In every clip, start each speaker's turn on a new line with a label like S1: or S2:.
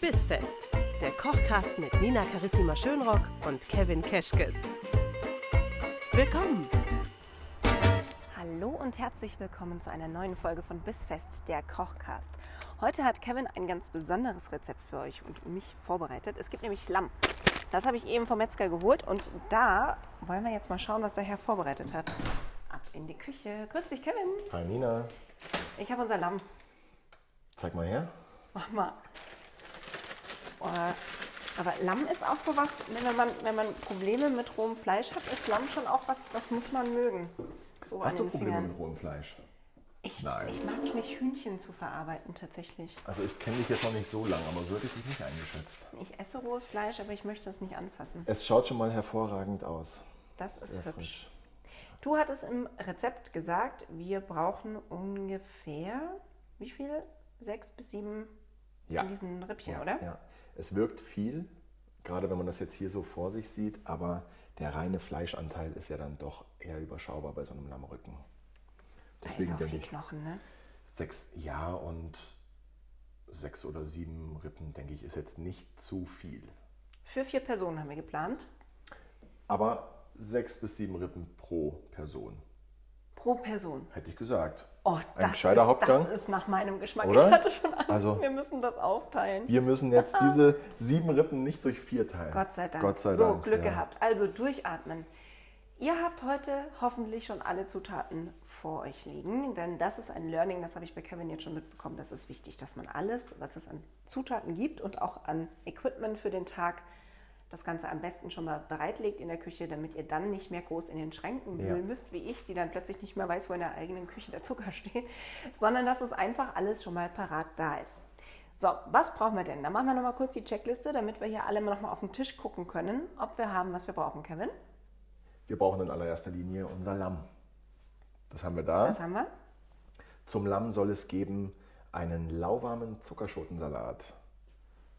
S1: Bissfest, der Kochcast mit Nina Carissima Schönrock und Kevin Keschkes. Willkommen!
S2: Hallo und herzlich willkommen zu einer neuen Folge von Bissfest, der Kochcast. Heute hat Kevin ein ganz besonderes Rezept für euch und mich vorbereitet. Es gibt nämlich Lamm. Das habe ich eben vom Metzger geholt und da wollen wir jetzt mal schauen, was der Herr vorbereitet hat. Ab in die Küche. Grüß dich, Kevin.
S3: Hi Nina,
S2: Ich habe unser Lamm.
S3: zeig mal her.
S2: Mach mal. Oh, Aber Lamm ist auch sowas, wenn man, wenn man Probleme mit rohem Fleisch hat, ist Lamm schon auch was, das muss man mögen. So
S3: Hast
S2: an
S3: du
S2: den
S3: Probleme
S2: Fingern.
S3: mit rohem Fleisch?
S2: Ich,
S3: Nein.
S2: ich mag es nicht, Hühnchen zu verarbeiten tatsächlich.
S3: Also ich kenne dich jetzt noch nicht so lange, aber so hätte ich dich nicht eingeschätzt.
S2: Ich esse rohes Fleisch, aber ich möchte es nicht anfassen.
S3: Es schaut schon mal hervorragend aus.
S2: Das ist
S3: Sehr
S2: hübsch.
S3: frisch.
S2: Du hattest im Rezept gesagt, wir brauchen ungefähr, wie viel? Sechs bis sieben
S3: Ja.
S2: von diesen Rippchen,
S3: ja,
S2: oder?
S3: Ja. Es wirkt viel, gerade wenn man das jetzt hier so vor sich sieht, aber der reine Fleischanteil ist ja dann doch eher überschaubar bei so einem Lammrücken.
S2: Da ist
S3: Deswegen
S2: auch
S3: denke
S2: viel
S3: ich,
S2: Knochen, ne?
S3: sechs, ja und sechs oder sieben Rippen, denke ich, ist jetzt nicht zu viel.
S2: Für vier Personen haben wir geplant.
S3: Aber sechs bis sieben Rippen pro Person,
S2: Pro Person.
S3: hätte ich gesagt.
S2: Oh,
S3: Ein
S2: das,
S3: gescheiter
S2: ist,
S3: Hauptgang?
S2: das ist nach meinem Geschmack.
S3: Oder?
S2: Ich hatte schon Angst,
S3: Also-
S2: wir müssen das aufteilen.
S3: Wir müssen jetzt diese sieben Rippen nicht durch vier teilen.
S2: Gott sei Dank.
S3: Gott sei
S2: so,
S3: Dank,
S2: Glück
S3: ja.
S2: gehabt. Also durchatmen. Ihr habt heute hoffentlich schon alle Zutaten vor euch liegen, denn das ist ein Learning, das habe ich bei Kevin jetzt schon mitbekommen. Das ist wichtig, dass man alles, was es an Zutaten gibt und auch an Equipment für den Tag, das Ganze am besten schon mal bereitlegt in der Küche, damit ihr dann nicht mehr groß in den Schränken
S3: Ja.
S2: wühlen müsst, wie ich, die dann plötzlich nicht mehr weiß, wo in der eigenen Küche der Zucker steht, sondern dass es einfach alles schon mal parat da ist. So, was brauchen wir denn? Dann machen wir nochmal kurz die Checkliste, damit wir hier alle nochmal auf den Tisch gucken können, ob wir haben, was wir brauchen, Kevin.
S3: Wir brauchen in allererster Linie unser Lamm. Das haben wir da.
S2: Das haben wir.
S3: Zum Lamm soll es geben einen lauwarmen Zuckerschotensalat.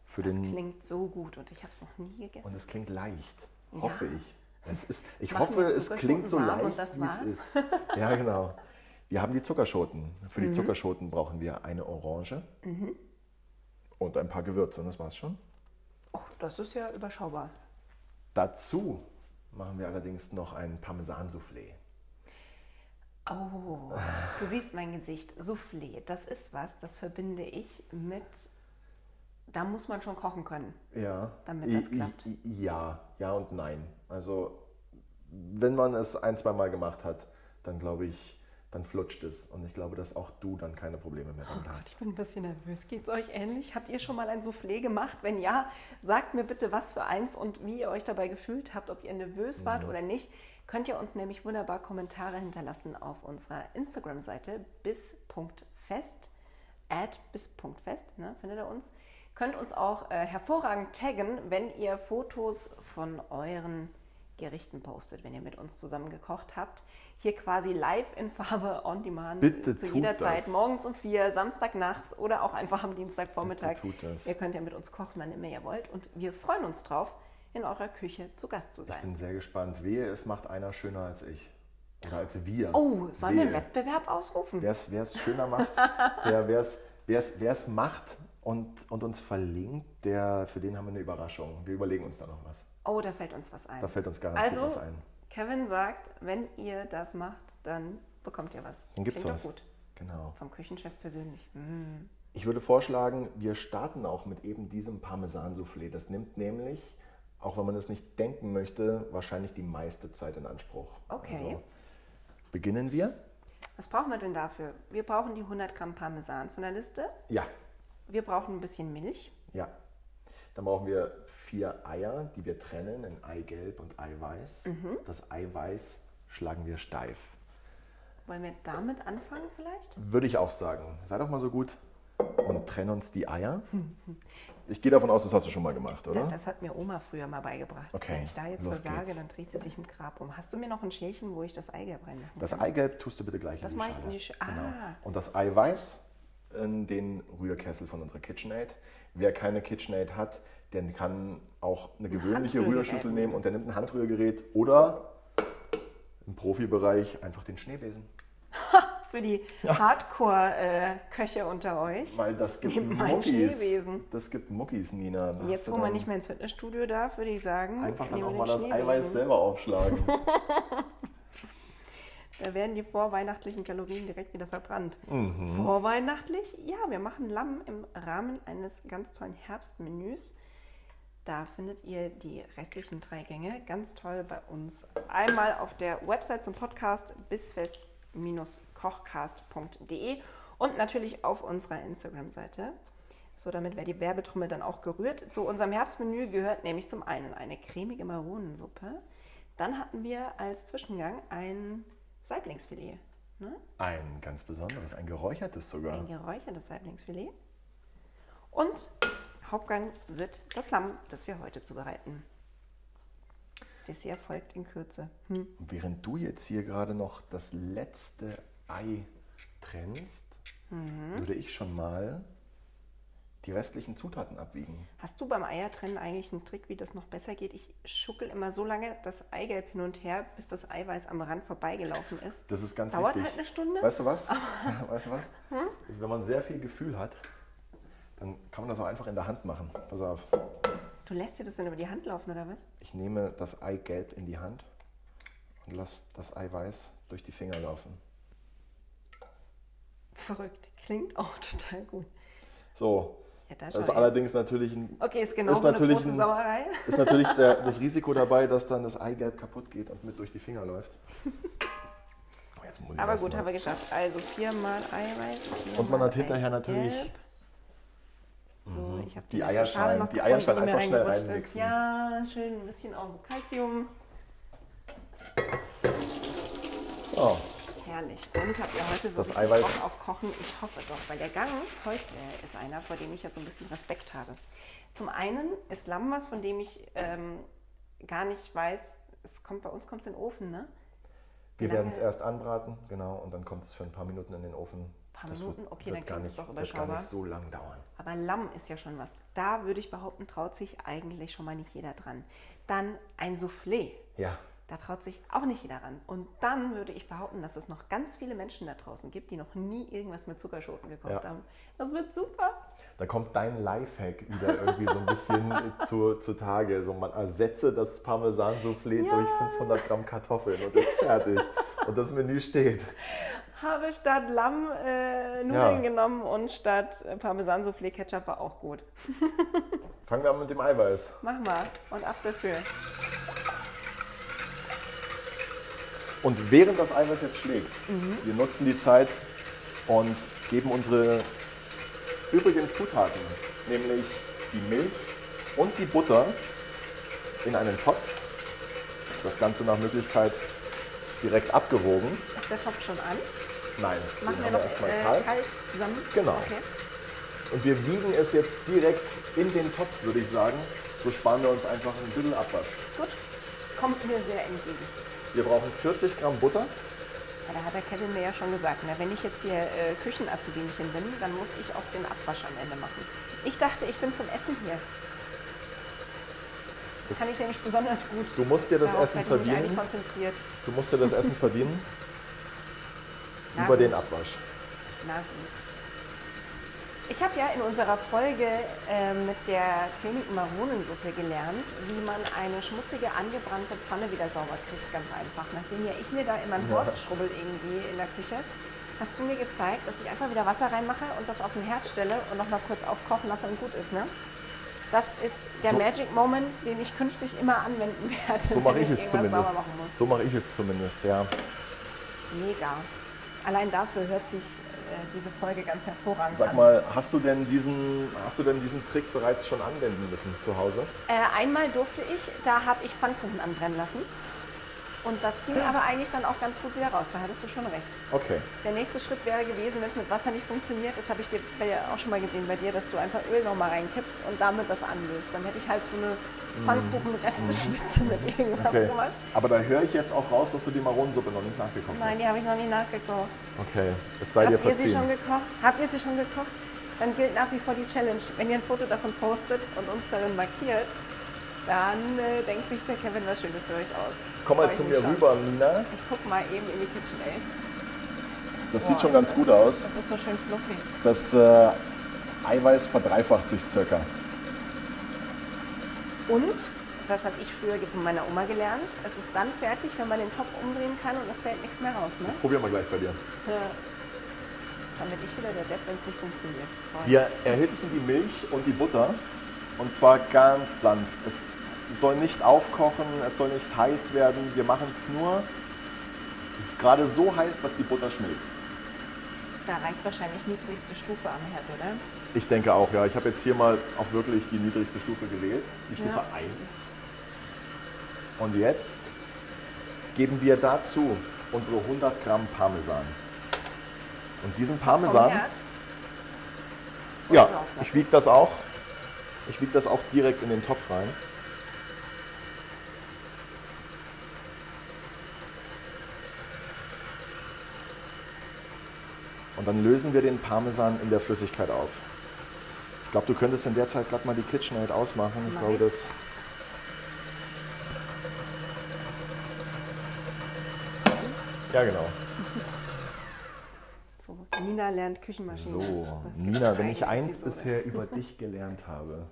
S3: Für
S2: Das
S3: den
S2: klingt so gut und ich habe es noch nie gegessen.
S3: und es klingt leicht, hoffe ich. Es ist, ich
S2: Machen
S3: hoffe,
S2: wir
S3: es klingt so
S2: Zuckerschoten warm
S3: leicht,
S2: und das
S3: wie es ist. Ja, genau. Wir haben die Zuckerschoten. Für
S2: Mhm.
S3: die Zuckerschoten brauchen wir eine Orange und ein paar Gewürze. Und das war's schon.
S2: Oh, das ist ja überschaubar.
S3: Dazu machen wir allerdings noch ein Parmesan-Soufflé.
S2: Oh, du siehst mein Gesicht. Soufflé, das ist was, das verbinde ich mit. Da muss man schon kochen können.
S3: Ja.
S2: Damit
S3: I-
S2: das
S3: i-
S2: klappt.
S3: i- Ja, ja und nein. Also, wenn man es ein, zwei Mal gemacht hat, dann glaube ich, dann flutscht es. Und ich glaube, dass auch du dann keine Probleme mehr damit hast.
S2: Oh Ich bin ein bisschen nervös. Geht's euch ähnlich? Habt ihr schon mal ein Soufflé gemacht? Wenn ja, sagt mir bitte, was für eins und wie ihr euch dabei gefühlt habt, ob ihr nervös
S3: Mhm.
S2: wart oder nicht. Könnt ihr uns nämlich wunderbar Kommentare hinterlassen auf unserer Instagram-Seite bis.fest. At bis.fest, ne, findet ihr uns. Könnt uns auch äh, hervorragend taggen, wenn ihr Fotos von euren Gerichten postet, wenn ihr mit uns zusammen gekocht habt. Hier quasi live in Farbe on demand
S3: Bitte
S2: zu
S3: tut
S2: jeder
S3: das.
S2: Zeit. Morgens um vier, Samstagnachts oder auch einfach am Dienstagvormittag.
S3: Bitte tut das.
S2: Ihr könnt ja mit uns kochen, wann immer ihr wollt. Und wir freuen uns drauf, in eurer Küche zu Gast zu
S3: Ich
S2: sein.
S3: bin sehr gespannt. Wehe, es macht einer schöner als ich. Oder als wir.
S2: Oh, sollen wir einen
S3: Wehe.
S2: Wettbewerb ausrufen?
S3: Wer es- wer es schöner macht, der, wer es- wer es- wer es macht und, und uns verlinkt, der, für den haben wir eine Überraschung. Wir überlegen uns da noch was.
S2: Oh, da fällt uns was ein.
S3: Da fällt uns garantiert
S2: also,
S3: was ein.
S2: Kevin sagt, wenn ihr das macht, dann bekommt ihr was.
S3: Dann gibt's
S2: Klingt
S3: was.
S2: doch gut.
S3: Genau.
S2: Vom Küchenchef persönlich. Hm.
S3: Ich würde vorschlagen, wir starten auch mit eben diesem Parmesan-Soufflé. Das nimmt nämlich, auch wenn man es nicht denken möchte, wahrscheinlich die meiste Zeit in Anspruch. Also,
S2: Okay.
S3: beginnen wir?
S2: Was brauchen wir denn dafür? Wir brauchen die 100 Gramm Parmesan von der Liste.
S3: Ja,
S2: Wir brauchen ein bisschen Milch.
S3: ja. Dann brauchen wir vier Eier, die wir trennen in Eigelb und Eiweiß.
S2: Mhm.
S3: Das Eiweiß schlagen wir steif.
S2: Wollen wir damit anfangen vielleicht?
S3: Würde ich auch sagen. Sei doch mal so gut und trenn uns die Eier. Ich gehe davon aus, das hast du schon mal gemacht, oder?
S2: Das, das hat mir Oma früher mal beigebracht.
S3: Okay,
S2: Wenn ich da jetzt
S3: los
S2: was sage,
S3: geht's.
S2: dann dreht sie sich im Grab um. Hast du mir noch ein Schälchen, wo ich das Eigelb reinmache?
S3: Das Eigelb tust du bitte gleich
S2: Das
S3: in die
S2: mache ich
S3: Schale. Genau.
S2: in die Sch- Ah.
S3: Und das Eiweiß in den Rührkessel von unserer KitchenAid. Wer keine KitchenAid hat, der kann auch eine gewöhnliche
S2: Handrührgerät
S3: Rührschüssel
S2: nehmen.
S3: nehmen und der nimmt ein Handrührgerät oder im Profibereich einfach den Schneebesen.
S2: für die Hardcore-Köche unter euch.
S3: Weil das gibt
S2: Nehmt mal ein
S3: Muckis.
S2: Schneewesen.
S3: Das gibt Muckis, Nina. Da hast
S2: Jetzt,
S3: du
S2: wo man
S3: dann
S2: nicht mehr ins Fitnessstudio darf, würde ich sagen,
S3: Einfach dann
S2: nehmen
S3: auch
S2: wir
S3: mal
S2: den
S3: das
S2: Schneebesen.
S3: Eiweiß selber aufschlagen.
S2: Da werden die vorweihnachtlichen Kalorien direkt wieder verbrannt.
S3: Mhm.
S2: Vorweihnachtlich? Ja, wir machen Lamm im Rahmen eines ganz tollen Herbstmenüs. Da findet ihr die restlichen drei Gänge ganz toll bei uns. Einmal auf der Website zum Podcast bisfest-kochcast.de und natürlich auf unserer Instagram-Seite. So, damit wäre die Werbetrommel dann auch gerührt. Zu unserem Herbstmenü gehört nämlich zum einen eine cremige Maronensuppe. Dann hatten wir als Zwischengang ein Saiblingsfilet. Ne?
S3: Ein ganz besonderes, ein geräuchertes sogar.
S2: Ein geräuchertes Saiblingsfilet. Und Hauptgang wird das Lamm, das wir heute zubereiten. Dessert folgt in Kürze. Hm.
S3: Und während du jetzt hier gerade noch das letzte Ei trennst,
S2: Mhm.
S3: würde ich schon mal die restlichen Zutaten abwiegen.
S2: Hast du beim Eiertrennen eigentlich einen Trick, wie das noch besser geht? Ich schuckel immer so lange das Eigelb hin und her, bis das Eiweiß am Rand vorbeigelaufen ist.
S3: Das ist ganz
S2: Dauert
S3: wichtig.
S2: halt eine Stunde. Hm?
S3: Weißt du was? weißt du was? Also wenn man sehr viel Gefühl hat, dann kann man das auch einfach in der Hand machen. Pass auf.
S2: Du lässt dir das dann über die Hand laufen, oder was?
S3: Ich nehme das Eigelb in die Hand und lasse das Eiweiß durch die Finger laufen.
S2: Verrückt. Klingt auch total gut.
S3: So.
S2: Ja, da
S3: das
S2: schau
S3: ist
S2: her.
S3: allerdings natürlich ein.
S2: Okay, ist genau
S3: ist
S2: so eine
S3: natürlich
S2: große
S3: ein-
S2: Sauerei.
S3: Ist natürlich der, das Risiko dabei, dass dann das Eigelb kaputt geht und mit durch die Finger läuft. Oh, Jetzt muss ich
S2: Aber
S3: das
S2: gut,
S3: mal-
S2: haben wir geschafft. Also viermal Eiweiß. Viermal
S3: Und man hat hinterher natürlich- Mhm.
S2: Eigelb. So, ich habe
S3: Die Eier schalen- die Eier schalen einfach schnell reinmixen.
S2: Ja, schön ein bisschen auch Calcium.
S3: Oh,
S2: Herrlich. Und habt ihr heute so
S3: Das
S2: richtig
S3: Eiweiß-
S2: Bock auf Kochen? Ich hoffe doch, weil der Gang heute ist einer, vor dem ich ja so ein bisschen Respekt habe. Zum einen ist Lamm was, von dem ich ähm, gar nicht weiß, es kommt bei uns kommt es in den Ofen, ne?
S3: wir
S2: Lange-
S3: werden es erst anbraten, genau, und dann kommt es für ein paar Minuten in den Ofen.
S2: Paar
S3: Das
S2: Minuten? Okay, dann
S3: gar
S2: klingt es
S3: nicht,
S2: doch
S3: wird gar
S2: überschaubar.
S3: nicht so lang dauern.
S2: Aber Lamm ist ja schon was. Da würde ich behaupten, traut sich eigentlich schon mal nicht jeder dran. Dann ein Soufflé.
S3: Ja,
S2: Da traut sich auch nicht jeder ran. Und dann würde ich behaupten, dass es noch ganz viele Menschen da draußen gibt, die noch nie irgendwas mit Zuckerschoten gekocht
S3: Ja.
S2: haben. Das wird super.
S3: da kommt dein Lifehack wieder irgendwie so ein bisschen zu, zu Tage. So, man ersetze das Parmesan-Soufflé durch 500 Gramm Kartoffeln und ist fertig. und das Menü steht.
S2: Habe statt Lamm äh, Nudeln
S3: Ja.
S2: genommen und statt äh, Parmesan-Soufflé Ketchup war auch gut.
S3: Fangen wir an mit dem Eiweiß.
S2: Mach mal und ab dafür.
S3: Und während das Eiweiß jetzt schlägt,
S2: Mhm.
S3: wir nutzen die Zeit und geben unsere übrigen Zutaten, nämlich die Milch und die Butter, in einen Topf. Das Ganze nach Möglichkeit direkt abgewogen.
S2: Ist der Topf schon an?
S3: Nein,
S2: Machen
S3: den
S2: wir
S3: haben wir
S2: noch
S3: erstmal
S2: äh,
S3: kalt.
S2: kalt. zusammen?
S3: Genau.
S2: Okay.
S3: Und wir wiegen es jetzt direkt in den Topf, würde ich sagen. So sparen wir uns einfach ein bisschen Abwasch.
S2: Gut. Kommt mir sehr entgegen.
S3: Wir brauchen 40 Gramm Butter.
S2: Ja, Da hat der Kevin mir ja schon gesagt, ne, wenn ich jetzt hier äh, Küchenazubinchen bin, dann muss ich auch den Abwasch am Ende machen. Ich dachte, ich bin zum Essen hier. Das kann ich nämlich besonders gut.
S3: Du musst dir das
S2: Darauf
S3: Essen
S2: hätte ich mich eigentlich
S3: verdienen.
S2: konzentriert.
S3: Du musst dir das Essen verdienen
S2: Na
S3: über
S2: gut,
S3: den Abwasch.
S2: Na gut. Ich habe ja in unserer Folge äh, mit der Klinik Maronensuppe gelernt, wie man eine schmutzige, angebrannte Pfanne wieder sauber kriegt, ganz einfach. Nachdem ja ich mir da immer einen Horst schrubbel irgendwie in der Küche, hast du mir gezeigt, dass ich einfach wieder Wasser reinmache und das auf den Herd stelle und nochmal kurz aufkochen lasse und gut ist, ne? Das ist der
S3: So-
S2: Magic Moment, den ich künftig immer anwenden werde.
S3: So
S2: wenn
S3: mache ich
S2: irgendwas
S3: es zumindest.
S2: Sauber machen muss.
S3: So mache ich es zumindest, ja.
S2: Mega. Allein dafür hört sich äh, diese Folge ganz hervorragend
S3: Sag
S2: an.
S3: mal, hast du denn diesen, hast du denn diesen Trick bereits schon anwenden müssen zu Hause?
S2: Äh, einmal durfte ich, da habe ich Pfannkuchen anbrennen lassen. Und das ging aber eigentlich dann auch ganz gut wieder raus. Da hattest du schon recht.
S3: Okay.
S2: Der nächste Schritt wäre gewesen, wenn es mit Wasser nicht funktioniert, das habe ich dir bei dir auch schon mal gesehen bei dir, dass du einfach Öl nochmal reinkippst und damit das anlöst. Dann hätte ich halt so eine Pfannkuchenresteschmitze mit irgendwas
S3: okay.
S2: gemacht.
S3: Aber da höre ich jetzt auch raus, dass du die Maronensuppe noch nicht nachgekocht
S2: Nein, die habe ich noch nie nachgekocht.
S3: hast. Okay. Es sei dir
S2: Habt ihr sie schon
S3: verziehen.
S2: gekocht? Habt ihr sie schon gekocht? Dann gilt nach wie vor die Challenge. Wenn ihr ein Foto davon postet und uns darin markiert, dann äh, denkt sich der Kevin was Schönes für euch aus.
S3: Komm mal
S2: Freu ich
S3: zu
S2: mich
S3: mir ne?
S2: schon.
S3: rüber, Nina.
S2: Ich guck mal eben in die Kitchen, ey.
S3: Das sieht schon ganz gut aus.
S2: Das ist so schön fluffig.
S3: Das äh, Eiweiß verdreifacht sich circa.
S2: Und, das habe ich früher von meiner Oma gelernt, es ist dann fertig, wenn man den Topf umdrehen kann und es fällt nichts mehr raus, ne?
S3: Probieren wir gleich bei dir.
S2: Dann bin ich wieder der Depp, wenn es nicht funktioniert. Toll.
S3: Wir erhitzen die Milch und die Butter und zwar ganz sanft. Es soll nicht aufkochen, es soll nicht heiß werden. Wir machen es nur, es ist gerade so heiß, dass die Butter schmilzt.
S2: Da reicht wahrscheinlich niedrigste Stufe am Herd, oder?
S3: Ich denke auch, ja. Ich habe jetzt hier mal auch wirklich die niedrigste Stufe gewählt, die Stufe
S2: Ja.
S3: 1. Und jetzt geben wir dazu unsere 100 Gramm Parmesan. Und diesen Parmesan,
S2: Vom Herd.
S3: ja,
S2: drauf lassen.
S3: ich wiege das auch. Ich wiege das auch direkt in den Topf rein. Und dann lösen wir den Parmesan in der Flüssigkeit auf. Ich glaube, du könntest in der Zeit gerade mal die KitchenAid ausmachen. Ich
S2: Mach
S3: glaube,
S2: ich.
S3: das ja, genau.
S2: So, Nina lernt Küchenmaschine.
S3: So,
S2: Das gibt's
S3: Nina, wenn
S2: eine
S3: ich eins
S2: Episode.
S3: bisher über dich gelernt habe,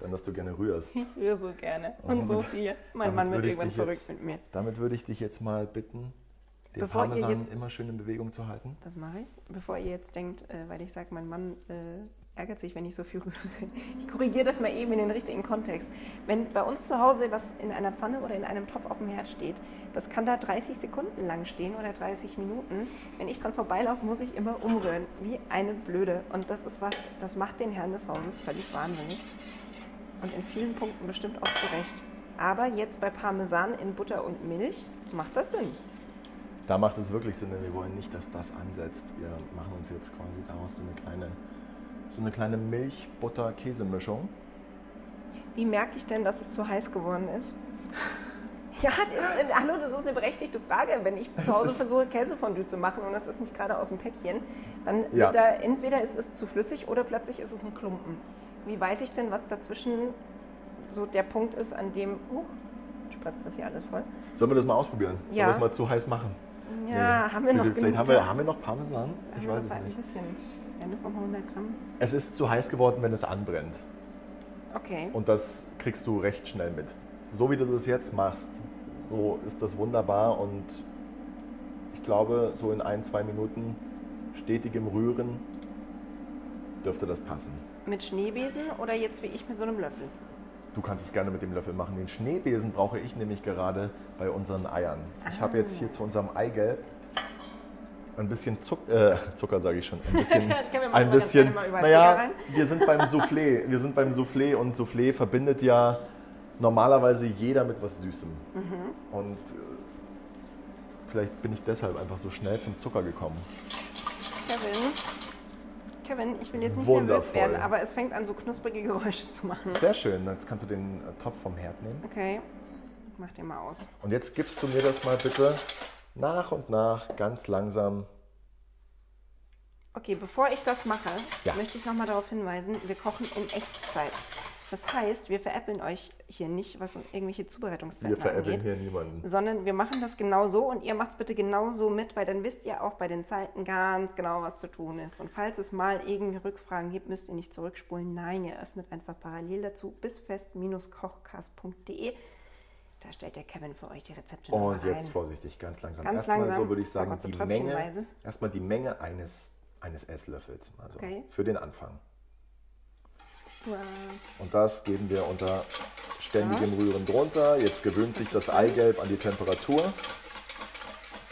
S3: dann, dass du gerne rührst.
S2: Ich rühre so gerne. Und so viel. Mein
S3: Damit
S2: Mann wird
S3: würde ich
S2: irgendwann
S3: dich jetzt-
S2: verrückt mit mir.
S3: Damit würde ich dich jetzt mal bitten, den
S2: Bevor ihr
S3: Parmesan
S2: jetzt-
S3: immer schön in Bewegung zu halten.
S2: Das mache ich. Bevor ihr jetzt denkt, äh, weil ich sage, mein Mann äh, ärgert sich, wenn ich so viel rühre. Ich korrigiere das mal eben in den richtigen Kontext. Wenn bei uns zu Hause was in einer Pfanne oder in einem Topf auf dem Herd steht, das kann da 30 Sekunden lang stehen oder 30 Minuten. Wenn ich dran vorbeilaufe, muss ich immer umrühren. Wie eine Blöde. Und das ist was, das macht den Herrn des Hauses völlig wahnsinnig. Und in vielen Punkten bestimmt auch zu Recht. Aber jetzt bei Parmesan in Butter und Milch macht das Sinn.
S3: Da macht es wirklich Sinn, denn wir wollen nicht, dass das ansetzt. Wir machen uns jetzt quasi daraus so eine kleine, so eine kleine Milch-Butter-Käsemischung.
S2: Wie merke ich denn, dass es zu heiß geworden ist? Ja, das ist, hallo, das ist eine berechtigte Frage. Wenn ich zu Hause versuche, Käsefondue zu machen und das ist nicht gerade aus dem Päckchen, dann
S3: Ja.
S2: wird da, entweder es ist zu flüssig oder plötzlich ist es ein Klumpen. Wie weiß ich denn, was dazwischen so der Punkt ist, an dem, huch, spritzt das hier alles voll.
S3: Sollen wir das mal ausprobieren? Sollen
S2: Ja.
S3: wir das mal zu heiß machen?
S2: Ja,
S3: Nee.
S2: haben wir noch
S3: Vielleicht
S2: genug
S3: haben wir,
S2: da?
S3: haben wir noch Parmesan? Ich
S2: Ja,
S3: weiß es
S2: aber Ein
S3: nicht.
S2: bisschen. Wären das nochmal 100 Gramm?
S3: Es ist zu heiß geworden, wenn es anbrennt.
S2: Okay.
S3: Und das kriegst du recht schnell mit. So wie du das jetzt machst, so ist das wunderbar und ich glaube, so in ein, zwei Minuten stetigem Rühren dürfte das passen.
S2: Mit Schneebesen oder jetzt wie ich mit so einem Löffel?
S3: Du kannst es gerne mit dem Löffel machen. Den Schneebesen brauche ich nämlich gerade bei unseren Eiern. Ich habe jetzt
S2: Ah.
S3: hier zu unserem Eigelb ein bisschen Zuck, äh, Zucker, sage ich schon. Ein bisschen,
S2: wir machen
S3: ein
S2: mal ganz
S3: bisschen
S2: gerne mal überall Zucker
S3: naja,
S2: rein.
S3: wir sind beim Soufflé. Wir sind beim Soufflé und Soufflé verbindet ja normalerweise jeder mit was Süßem.
S2: Mhm.
S3: Und äh, vielleicht bin ich deshalb einfach so schnell zum Zucker gekommen.
S2: Kevin. Kevin, ich will jetzt nicht nervös
S3: Wundervoll.
S2: werden, aber es fängt an, so knusprige Geräusche zu machen.
S3: Sehr schön. Jetzt kannst du den äh, Topf vom Herd nehmen.
S2: Okay, ich mach den mal aus.
S3: Und jetzt gibst du mir das mal bitte nach und nach ganz langsam
S2: Okay, bevor ich das mache,
S3: Ja.
S2: möchte ich nochmal darauf hinweisen, wir kochen in Echtzeit. Das heißt, wir veräppeln euch hier nicht, was irgendwelche Zubereitungszeiten
S3: Wir veräppeln
S2: angeht,
S3: hier niemanden.
S2: sondern wir machen das genau so und ihr macht es bitte genau so mit, weil dann wisst ihr auch bei den Zeiten ganz genau, was zu tun ist. Und falls es mal irgendwie Rückfragen gibt, müsst ihr nicht zurückspulen. Nein, ihr öffnet einfach parallel dazu bisfest-kochcast.de. Da stellt der Kevin für euch die Rezepte noch
S3: Und
S2: mal
S3: jetzt
S2: ein.
S3: vorsichtig, ganz langsam.
S2: Ganz
S3: erstmal
S2: langsam,
S3: so würde ich sagen,
S2: aber so
S3: die Menge,
S2: tröpfchenweise.
S3: erstmal die Menge eines, eines Esslöffels. Also
S2: Okay.
S3: für den Anfang.
S2: Wow.
S3: Und das geben wir unter ständigem Rühren drunter. Jetzt gewöhnt sich das Eigelb an die Temperatur. Und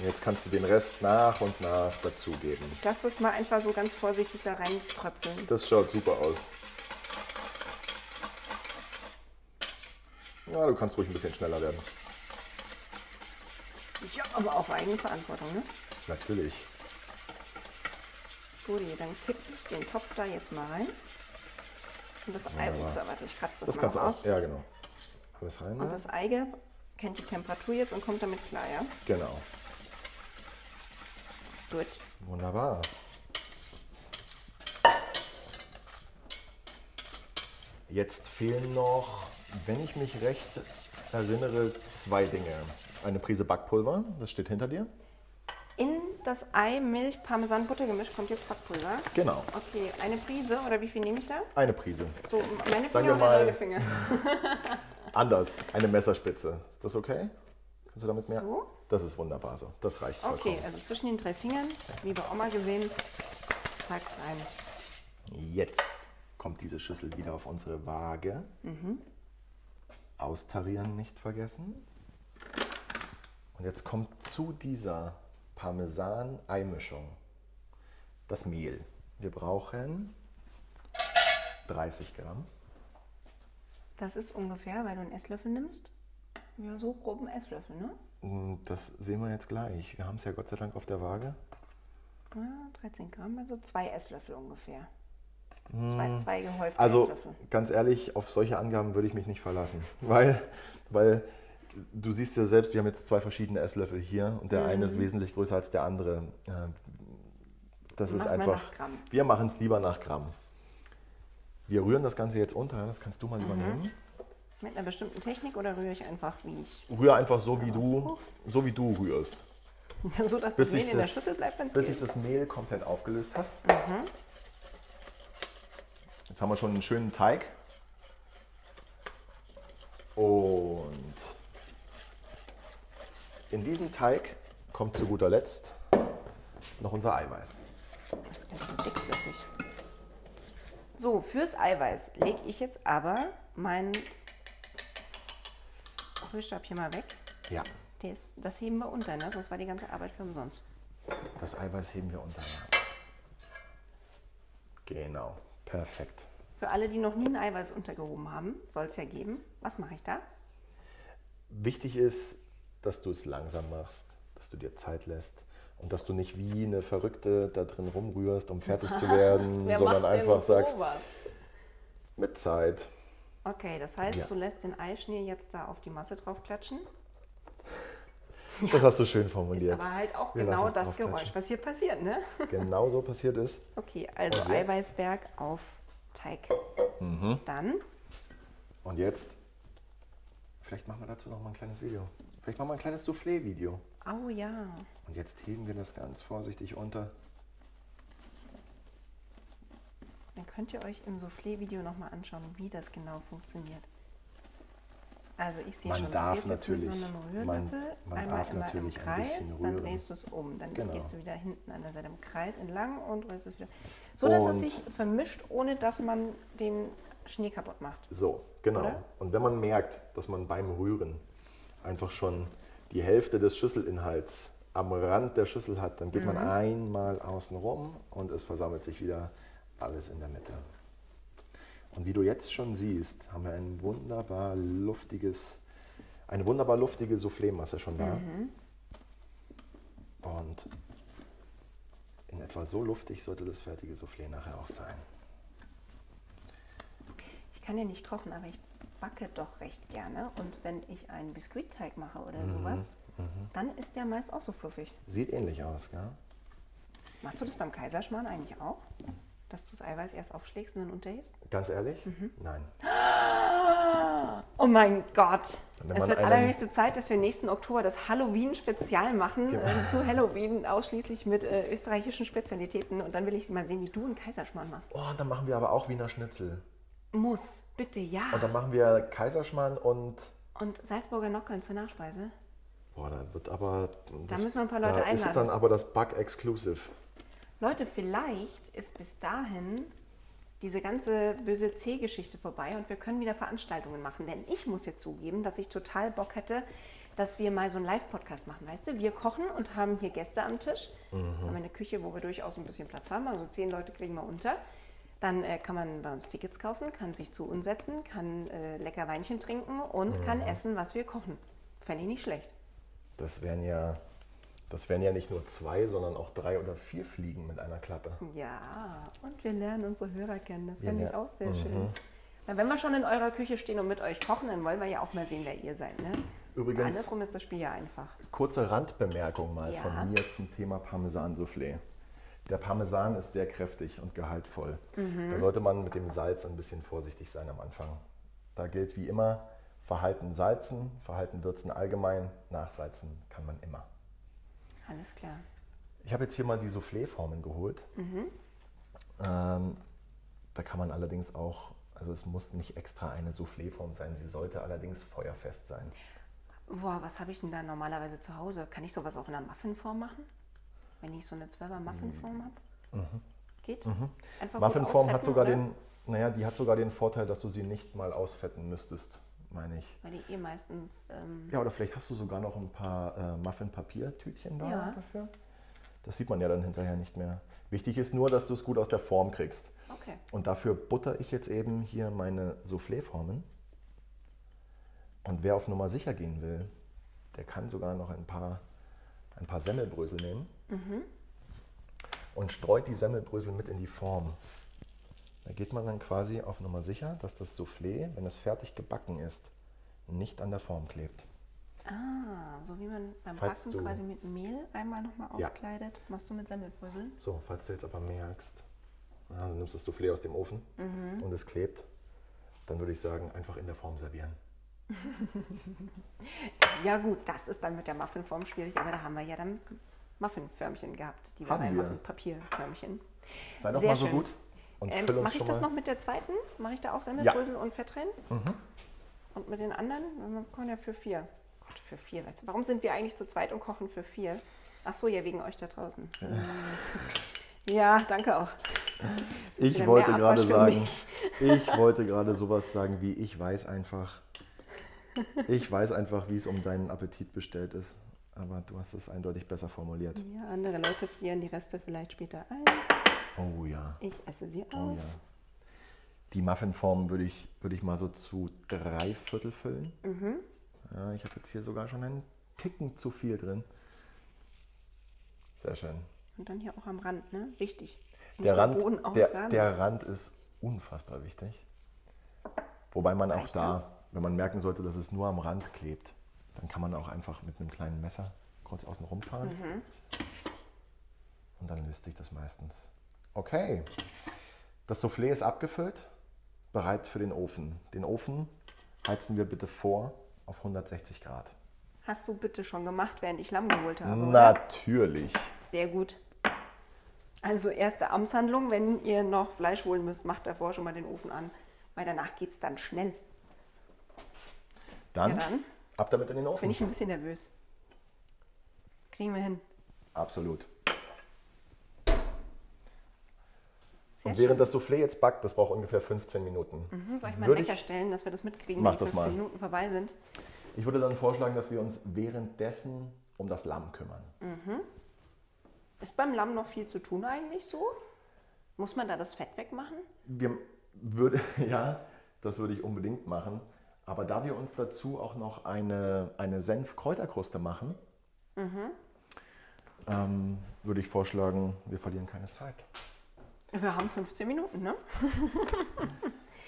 S3: jetzt kannst du den Rest nach und nach dazugeben.
S2: Ich lasse das mal einfach so ganz vorsichtig da rein tröpfeln.
S3: Das schaut super aus. Ja, du kannst ruhig ein bisschen schneller werden.
S2: Ja, aber auf eigene Verantwortung, ne?
S3: Natürlich.
S2: Gudi, dann kipp ich den Topf da jetzt mal rein. Und das Ei, ups, warte, ich kratze das,
S3: Das
S2: mal
S3: kannst du
S2: noch aus.
S3: auch. Ja, genau. Alles rein.
S2: Und
S3: ne?
S2: das Eigelb kennt die Temperatur jetzt und kommt damit klar, ja?
S3: Genau.
S2: Gut.
S3: Wunderbar. Jetzt fehlen noch, wenn ich mich recht erinnere, zwei Dinge. Eine Prise Backpulver, das steht hinter dir.
S2: In das Ei, Milch, Parmesan-Butter-Gemisch kommt jetzt Backpulver.
S3: Genau.
S2: Okay, eine Prise oder wie viel nehme ich da?
S3: Eine Prise.
S2: So, meine Finger
S3: Sagen wir
S2: oder
S3: mal-
S2: deine Finger?
S3: Anders, eine Messerspitze. Ist das okay? Kannst du damit mehr?
S2: So.
S3: Das ist wunderbar so. Das reicht
S2: Okay,
S3: vollkommen.
S2: also zwischen den drei Fingern, wie bei Oma gesehen, zack, rein.
S3: Jetzt kommt diese Schüssel wieder auf unsere Waage. Austarieren nicht vergessen. Und jetzt kommt zu dieser Parmesan-Eimischung das Mehl. Wir brauchen 30 Gramm.
S2: Das ist ungefähr, weil du einen Esslöffel nimmst. Ja, so groben Esslöffel, ne?
S3: Und Das sehen wir jetzt gleich. Wir haben es ja Gott sei Dank auf der Waage.
S2: Ja, 13 Gramm, also zwei Esslöffel ungefähr. Zwei, zwei gehäufte
S3: Also
S2: Esslöffel.
S3: ganz ehrlich, auf solche Angaben würde ich mich nicht verlassen, weil, weil du siehst ja selbst, wir haben jetzt zwei verschiedene Esslöffel hier und der eine
S2: Mhm.
S3: ist wesentlich größer als der andere. Äh, Das ist
S2: Macht man
S3: einfach,
S2: nach Gramm.
S3: wir machen es lieber nach Gramm. Wir rühren das Ganze jetzt unter, das kannst du
S2: Mhm.
S3: mal übernehmen.
S2: Mit einer bestimmten Technik oder rühre ich einfach, wie ich.
S3: Rühr einfach so, wie du, so wie du rührst.
S2: So, dass das
S3: Bis
S2: Mehl
S3: sich
S2: in der
S3: das-
S2: Schüssel bleibt, wenn es
S3: Bis sich
S2: geht. Mhm.
S3: das Mehl komplett aufgelöst hat. Jetzt haben wir schon einen schönen Teig. Und in diesen Teig kommt zu guter Letzt noch unser Eiweiß.
S2: Das ist ganz schön dickflüssig. So, fürs Eiweiß lege ich jetzt aber meinen Rührstab hier mal weg.
S3: Ja.
S2: Der ist, das heben wir unter, ne? sonst war die ganze Arbeit für umsonst.
S3: Das Eiweiß heben wir unter. Genau. Perfekt.
S2: Für alle, die noch nie ein Eiweiß untergehoben haben, soll es ja geben. Was mache ich da?
S3: Wichtig ist, dass du es langsam machst, dass du dir Zeit lässt und dass du nicht wie eine Verrückte da drin rumrührst, um fertig zu werden, sondern einfach sagst, mit Zeit.
S2: Okay, das heißt,
S3: Ja.
S2: du lässt den Eischnee jetzt da auf die Masse drauf klatschen.
S3: Das hast du schön
S2: Ist
S3: formuliert.
S2: aber halt auch
S3: Wir
S2: genau
S3: lassen es
S2: das
S3: drauf
S2: Geräusch, was hier passiert, ne?
S3: Genau so passiert ist.
S2: Okay, also
S3: Und jetzt? Mhm.
S2: Eiweißberg auf Teig. Dann
S3: Und jetzt, vielleicht machen wir dazu noch mal ein kleines Video. Vielleicht machen wir ein kleines Soufflé-Video.
S2: Oh ja.
S3: Und jetzt heben wir das ganz vorsichtig unter.
S2: Dann könnt ihr euch im Soufflé-Video nochmal anschauen, wie das genau funktioniert. Also ich sehe
S3: Man
S2: schon,
S3: darf
S2: du gehst jetzt mit
S3: natürlich-
S2: so einem
S3: man-
S2: Rührlöffel
S3: man
S2: einmal
S3: darf
S2: immer
S3: natürlich
S2: im
S3: ein
S2: Kreis,
S3: bisschen
S2: dann
S3: rühren.
S2: drehst du es um, dann
S3: Genau.
S2: gehst du wieder hinten an der Seite im Kreis entlang und rührst es wieder. So, dass es
S3: Und-
S2: sich vermischt, ohne dass man den Schnee kaputt macht.
S3: So, genau.
S2: Oder?
S3: Und wenn man merkt, dass man beim Rühren einfach schon die Hälfte des Schüsselinhalts am Rand der Schüssel hat, dann geht man einmal außen rum und es versammelt sich wieder alles in der Mitte. Und wie du jetzt schon siehst, haben wir ein wunderbar luftiges, eine wunderbar luftige Soufflé-Masse schon da. Und in etwa so luftig sollte das fertige Soufflé nachher auch sein.
S2: Ich kann ja nicht kochen, aber ich backe doch recht gerne. Und wenn ich einen Biskuitteig mache oder
S3: Mhm,
S2: sowas, dann ist der meist auch so fluffig.
S3: Sieht ähnlich aus, gell?
S2: Machst du das beim Kaiserschmarrn eigentlich auch? Dass du das Eiweiß erst aufschlägst und dann unterhebst?
S3: Ganz ehrlich? Nein.
S2: Oh mein Gott!
S3: Und wenn
S2: Es
S3: man
S2: wird
S3: einen-
S2: allerhöchste Zeit, dass wir nächsten Oktober das Halloween-Spezial machen.
S3: Genau.
S2: äh, Zu Halloween ausschließlich mit äh, österreichischen Spezialitäten. Und dann will ich mal sehen, wie du einen Kaiserschmarrn machst.
S3: Oh, und dann machen wir aber auch Wiener Schnitzel.
S2: Muss, bitte, ja.
S3: Und dann machen wir Kaiserschmarrn und.
S2: Und Salzburger Nockeln zur Nachspeise.
S3: Boah, da wird aber. Das,
S2: müssen wir ein paar Leute
S3: da
S2: einladen.
S3: ist dann aber das Bug Exclusive.
S2: Leute, vielleicht ist bis dahin diese ganze böse C-Geschichte vorbei und wir können wieder Veranstaltungen machen. Denn ich muss jetzt zugeben, dass ich total Bock hätte, dass wir mal so einen Live-Podcast machen. Weißt du, wir kochen und haben hier Gäste am Tisch, haben eine Küche, wo wir durchaus ein bisschen Platz haben. Also zehn Leute kriegen wir unter. Dann äh, kann man bei uns Tickets kaufen, kann sich zu uns setzen, kann äh, lecker Weinchen trinken und kann essen, was wir kochen. Fände ich nicht schlecht.
S3: Das wären ja. Das wären ja nicht nur zwei, sondern auch drei oder vier Fliegen mit einer Klappe.
S2: Ja, und wir lernen unsere Hörer kennen. Das
S3: Wir Mhm.
S2: fände ich
S3: lernen-
S2: auch sehr schön. Na, wenn wir schon in eurer Küche stehen und mit euch kochen, dann wollen wir ja auch mal sehen, wer ihr seid. Ne?
S3: Übrigens-
S2: Andersrum ist das Spiel ja einfach.
S3: Kurze Randbemerkung mal
S2: Ja.
S3: von mir zum Thema Parmesan-Soufflé. Der Parmesan ist sehr kräftig und gehaltvoll.
S2: Mhm.
S3: Da sollte man mit dem Salz ein bisschen vorsichtig sein am Anfang. Da gilt wie immer, Verhalten salzen, Verhalten würzen allgemein, nachsalzen kann man immer.
S2: Alles klar.
S3: Ich habe jetzt hier mal die Soufflé-Formen geholt.
S2: Mhm.
S3: Ähm, da kann man allerdings auch, also es muss nicht extra eine Soufflé-Form sein, sie sollte allerdings feuerfest sein.
S2: Boah, was habe ich denn da normalerweise zu Hause? Kann ich sowas auch in einer Muffinform machen? Wenn ich so eine 12er Muffinform habe? Geht? Einfach gut
S3: Mhm. Muffinform
S2: ausfetten,
S3: hat
S2: ne?
S3: sogar
S2: oder?
S3: den, naja, die hat sogar den Vorteil, dass du sie nicht mal ausfetten müsstest, meine ich.
S2: Weil die eh meistens. Ähm,
S3: Ja, oder vielleicht hast du sogar noch ein paar äh, Muffin-Papiertütchen da
S2: Ja.
S3: dafür. Das sieht man ja dann hinterher nicht mehr. Wichtig ist nur, dass du es gut aus der Form kriegst.
S2: okay.
S3: Und dafür butter ich jetzt eben hier meine Soufflé-Formen. Und wer auf Nummer sicher gehen will, der kann sogar noch ein paar, ein paar Semmelbrösel nehmen
S2: Mhm.
S3: und streut die Semmelbrösel mit in die Form. Da geht man dann quasi auf Nummer sicher, dass das Soufflé, wenn es fertig gebacken ist, nicht an der Form klebt.
S2: Ah, so wie man beim
S3: Falls
S2: Backen
S3: du-
S2: quasi mit Mehl einmal nochmal
S3: Ja.
S2: auskleidet, machst du mit Semmelbröseln.
S3: So, falls du jetzt aber merkst, ah, du nimmst das Soufflé aus dem Ofen
S2: Mhm.
S3: und es klebt, dann würde ich sagen, einfach in der Form servieren.
S2: Ja, gut, das ist dann mit der Muffinform schwierig, aber da haben wir ja dann Muffinförmchen gehabt, die wir
S3: Haben wir.
S2: reinmachen. Papierförmchen.
S3: Sei doch
S2: Sehr
S3: mal so
S2: schön.
S3: gut und
S2: Ähm,
S3: füll uns
S2: Mache ich
S3: schon
S2: das
S3: mal. Mhm.
S2: noch mit der zweiten? Mache ich da auch Semmelbrösel und Fett rein? Und mit den anderen? Wir kochen ja für vier. Gott, für vier, weißt du. Warum sind wir eigentlich zu zweit und kochen für vier? Ach so, ja, wegen euch da draußen. Ja, danke auch.
S3: Ich
S2: wieder
S3: wollte
S2: mehr
S3: gerade
S2: Abwasch für
S3: sagen,
S2: mich.
S3: ich wollte gerade sowas sagen wie ich weiß einfach, ich weiß einfach, wie es um deinen Appetit bestellt ist. Aber du hast es eindeutig besser formuliert.
S2: Ja, andere Leute frieren die Reste vielleicht später ein.
S3: Oh ja,
S2: Ich esse sie auf.
S3: oh ja. Die Muffinform würde ich, würde ich mal so zu drei Viertel füllen. Ja, ich habe jetzt hier sogar schon einen Ticken zu viel drin. Sehr schön.
S2: Und dann hier auch am Rand, ne? Wichtig. Muss
S3: Der Rand,
S2: Boden auch
S3: der,
S2: ran.
S3: der Rand ist unfassbar wichtig. Wobei man auch
S2: Reicht
S3: da,
S2: das?
S3: wenn man merken sollte, dass es nur am Rand klebt, dann kann man auch einfach mit einem kleinen Messer kurz außen rumfahren.
S2: Mhm.
S3: Und dann löst sich das meistens. Okay. Das Soufflé ist abgefüllt, bereit für den Ofen. Den Ofen heizen wir bitte vor auf 160 Grad.
S2: Hast du bitte schon gemacht, während ich Lamm geholt habe? oder?
S3: Natürlich.
S2: Sehr gut. Also erste Amtshandlung, wenn ihr noch Fleisch holen müsst, macht davor schon mal den Ofen an, weil danach geht's dann schnell.
S3: Dann,
S2: Ja, dann.
S3: ab damit in den
S2: Bin
S3: Ofen.
S2: ich ein bisschen nervös. Kriegen wir hin.
S3: Absolut.
S2: Sehr
S3: und während das Soufflé jetzt backt, das braucht ungefähr 15 Minuten.
S2: schön. Soll ich mal einen
S3: würde
S2: Wecker
S3: ich-
S2: stellen, dass wir das mitkriegen,
S3: Mach
S2: wenn die
S3: das mal.
S2: 15 Minuten vorbei sind?
S3: Ich würde dann vorschlagen, dass wir uns währenddessen um das Lamm kümmern.
S2: Mhm. Ist beim Lamm noch viel zu tun eigentlich so? Muss man da das Fett wegmachen?
S3: Wir würde, ja, das würde ich unbedingt machen. Aber da wir uns dazu auch noch eine, eine Senf-Kräuterkruste machen,
S2: Mhm.
S3: ähm, würde ich vorschlagen, wir verlieren keine Zeit.
S2: Wir haben 15 Minuten, ne?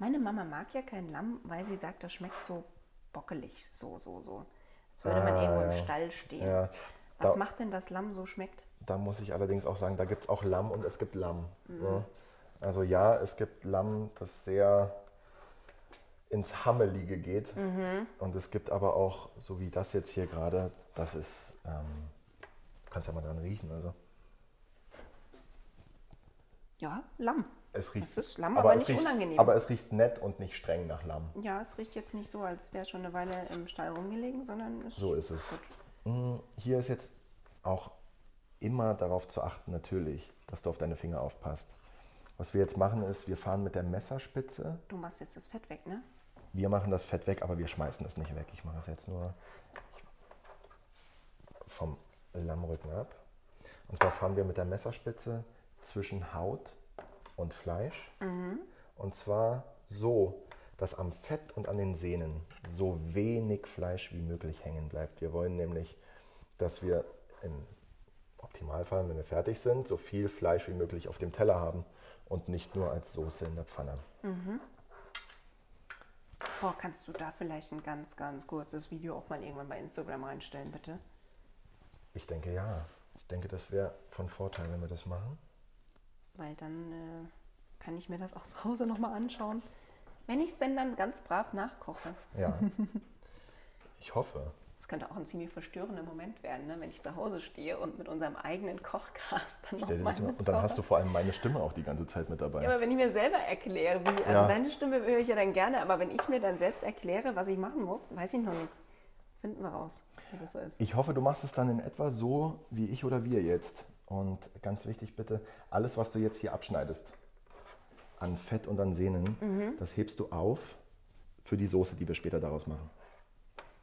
S2: Meine Mama mag ja kein Lamm, weil sie sagt, das schmeckt so bockelig, so, so, so. Als würde man
S3: Ah,
S2: irgendwo im
S3: ja.
S2: Stall stehen.
S3: Ja,
S2: Was
S3: da-
S2: macht denn das Lamm so schmeckt?
S3: Da muss ich allerdings auch sagen, da gibt es auch Lamm und es gibt Lamm.
S2: Mhm.
S3: Ne? Also ja, es gibt Lamm, das sehr ins Hammelige geht.
S2: Mhm.
S3: Und es gibt aber auch, so wie das jetzt hier gerade, das ist, ähm, du kannst ja mal dran riechen. Also
S2: Ja, Lamm.
S3: es riecht,
S2: Es ist Lamm, aber
S3: es
S2: nicht
S3: riecht,
S2: unangenehm.
S3: Aber es riecht nett und nicht streng nach Lamm.
S2: Ja, es riecht jetzt nicht so, als wäre es schon eine Weile im Stall rumgelegen, sondern es
S3: So ist es. Mm, Hier ist jetzt auch immer darauf zu achten, natürlich, dass du auf deine Finger aufpasst. Was wir jetzt machen ist, wir fahren mit der Messerspitze
S2: Du machst jetzt das Fett weg, ne?
S3: Wir machen das Fett weg, aber wir schmeißen es nicht weg. Ich mache es jetzt nur vom Lammrücken ab. Und zwar fahren wir mit der Messerspitze zwischen Haut und Fleisch. Und zwar so, dass am Fett und an den Sehnen so wenig Fleisch wie möglich hängen bleibt. Wir wollen nämlich, dass wir im Optimalfall, wenn wir fertig sind, so viel Fleisch wie möglich auf dem Teller haben und nicht nur als Soße in der Pfanne.
S2: Boah, kannst du da vielleicht ein ganz, ganz kurzes Video auch mal irgendwann bei Instagram reinstellen, bitte?
S3: Ich denke ja. Ich denke, das wäre von Vorteil, wenn wir das machen.
S2: Weil dann äh, kann ich mir das auch zu Hause nochmal anschauen. Wenn ich es denn dann ganz brav nachkoche.
S3: Ja. ich hoffe.
S2: Das könnte auch ein ziemlich verstörender Moment werden, ne? wenn ich zu Hause stehe und mit unserem eigenen Kochcast dann
S3: Stell
S2: nochmal
S3: dir das mal. Und dann
S2: mitkoche.
S3: hast du vor allem meine Stimme auch die ganze Zeit mit dabei.
S2: Ja, aber wenn ich mir selber erkläre, wie, also
S3: Ja.
S2: deine Stimme höre ich ja dann gerne, aber wenn ich mir dann selbst erkläre, was ich machen muss, weiß ich noch nicht. Finden wir raus, wie das so ist.
S3: Ich hoffe, du machst es dann in etwa so wie ich oder wir jetzt. Und ganz wichtig bitte, alles, was du jetzt hier abschneidest, an Fett und an Sehnen, das hebst du auf für die Soße, die wir später daraus machen.